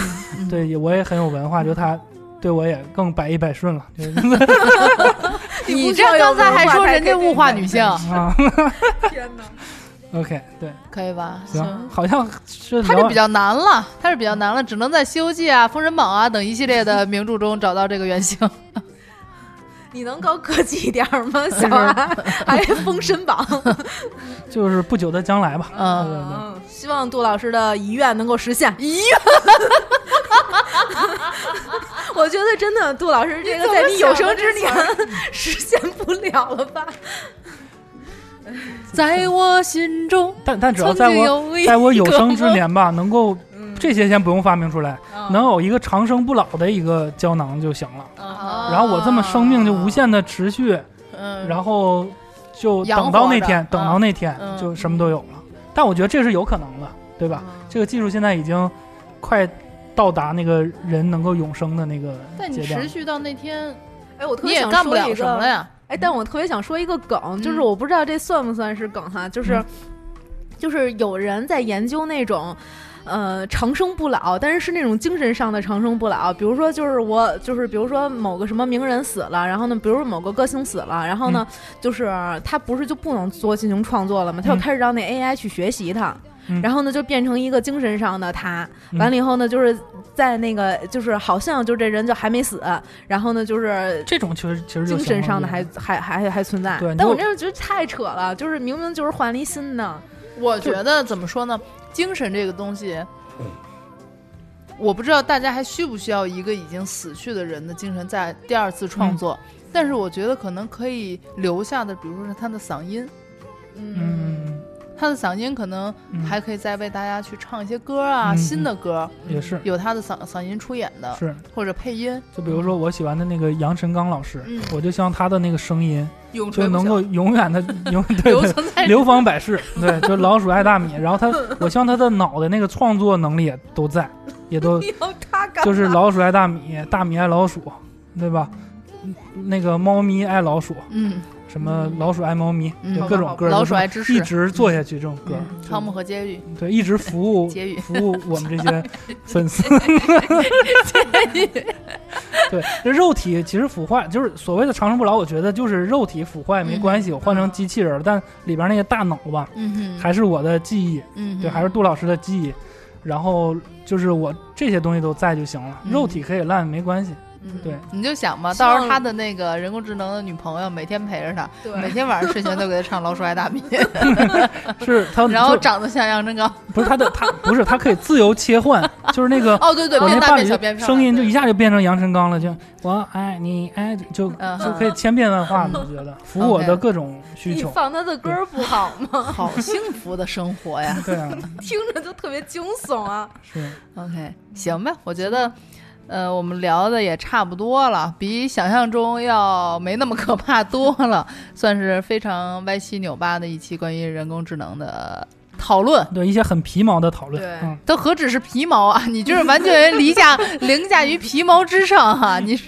对，也我也很有文化，就他对我也更百依百
(laughs)
顺了。就是
你这刚才还说人家物化女性，
(laughs) 啊，OK，对， (laughs)
可以吧？
行，好像是
它是
聊
比较难了，它是比较难了，只能在《西游记》啊、《封神榜啊》等一系列的名著中找到这个原型。
你能高科技一点儿吗，小孩？
(laughs)
还《封神榜》
就是不久的将来吧。
嗯
对对对。
嗯，希望杜老师的遗愿能够实现。遗愿， (laughs) 我觉得真的，杜老师这个在你有生之年 (laughs) 实现不了了吧？
在我心中，
但但只要
曾
在
经
我
有一
在我有生之
个嗯
年吧，能够这些先不用发明出来，能有一个长生不老的一个胶囊就行了。
嗯
啊
然后我这么生命就无限的持续。
嗯，
然后就
养
等到
活
那
着
天，等
嗯
到那天
嗯
就什么都有了。但我觉得这是有可能的，对
嗯
吧？这个技术现在已经快到达那个人能够永生的那个
但你
阶段
持。续到那天，
哎，我特
你
别
也
想
干不
说
了
一
什么了
个，
呀。
哎，但我特别想说一个梗，就是
嗯
我不知道这算不算是梗哈，就是就是有人在研究那种。呃，长生不老，但是是那种精神上的长生不老。比如说，就是我，就是比如说某个什么名人死了，然后呢，比如说某个歌星死了，然后呢，就是他不是就不能做进行创作了吗？他就
嗯
开始让那 AI 去学习他，
嗯
然后呢，就变成一个精神上的他。
嗯
完了以后呢，就是在那个，就是好像就这人就还没死，然后呢，就是
这种其实其实就
精神上的
相当
还
于
还还还存在
啊对你。
但我
就
那时候觉得太扯了，就是明明就是换了一新的，
我觉得怎么说呢，精神这个东西，我不知道大家还需不需要一个已经死去的人的精神在第二次创作，
嗯
但是我觉得可能可以留下的，比如说是他的嗓音，
嗯
他的嗓音可能
嗯
还可以再为大家去唱一些歌啊，
嗯
新的歌
也是
有他的嗓嗓音出演的
是，
或者配音，
就比如说我喜欢的那个杨晨刚老师，
嗯
我就希望他的那个声音
永
就
垂不
能够
朽，
永远的永对
留
对
存在
流芳百世，对，就老鼠爱大米。然后他，我希望他的脑袋那个创作能力也都在，也都
他
(laughs)
干
就是老鼠爱大米，大米爱老鼠，对吧？嗯那个猫咪爱老鼠，
嗯，
什么老鼠爱猫咪，
嗯
就
好吧好
各种
吧
歌，
老鼠爱
就
芝
是一
士，
直做下去这种歌，嗯
嗯汤姆和杰瑞，
对，一直服
(laughs)
务
结语
(laughs) 服务我们这
(laughs)
些粉丝。对，这肉体其实腐坏，就是所谓的长生不老，我觉得就是肉体腐坏没关系，我换成机器人儿，但里边那个大脑吧，
嗯哼，
还是我的记忆，
嗯哼，
对，还是杜老师的记忆。然后就是我这些东西都在就行了，
嗯
肉体可以烂没
(laughs)
关系。
嗯
对，
你就想吧，
希望
到时候他的那个人工智能的女朋友每天陪着他，每
对，
天晚上睡前都给他唱《老鼠爱大米》，
是
(laughs)
他，
然后
就
长得像杨振刚。
不是他的，他不是他可以自由切换，就是那个
(laughs) 哦，对对，
我
变
那
大
伴
变小
侣
变
就
漂亮
声音就
对
一下就变成杨晨刚了，就我爱你爱你就
嗯
就可以千变万化了，我觉得服我的各种需
你
求。
放他的歌儿不好吗？ (laughs)
好幸福的生活呀。(laughs)
对啊，
听着就特别惊悚啊！
是
OK，行吧，我觉得，呃，我们聊的也差不多了，比想象中要没那么可怕多了，算是非常歪七扭八的一期关于人工智能的讨论。
对一些很皮毛的讨论。
对
嗯，
都何止是皮毛啊！ (laughs) 你就是完全凌驾凌驾于皮毛之上哈、你是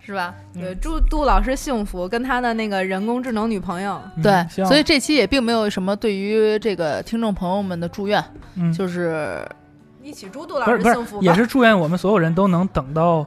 是吧？
嗯
对，祝杜老师幸福，跟他的那个人工智能女朋友。
嗯
对，
希望
所以这期也并没有什么对于这个听众朋友们的祝愿，
嗯
就是
一起祝杜老
不是
师
不
幸
是
福，
也
吧！
是祝愿我们所有人都能等到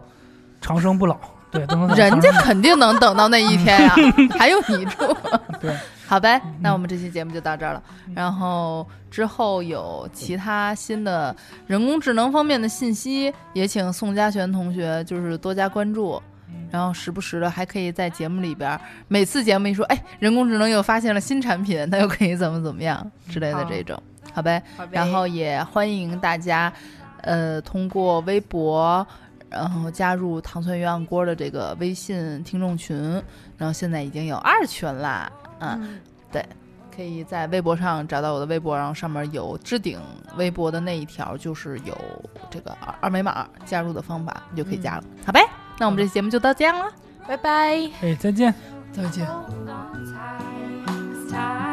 长生不老。对，都能等到
人
长
家
生不
肯定能等到那一天
(laughs)
呀、 (laughs) 还用你祝？
老 (laughs) 对，
(laughs)
嗯
好呗，那我们这期节目就到这儿了。然后之后有其他新的人工智能方面的信息，也请宋佳璇同学就是多加关注。然后时不时的还可以在节目里边儿，每次节目一说，哎，人工智能又发现了新产品，它又可以怎么怎么样之类的这种，好呗。
好呗
然后也欢迎大家，呃，通过微博，然后加入糖蒜鸳鸯锅的这个微信听众群，然后现在已经有二群啦，嗯，
嗯
可以在微博上找到我的微博，然后上面有置顶微博的那一条，就是有这个二二维码加入的方法，你就可以加了，好呗。那我们这期节目就到这样了，
拜拜。
哎，再见。
再见。
Time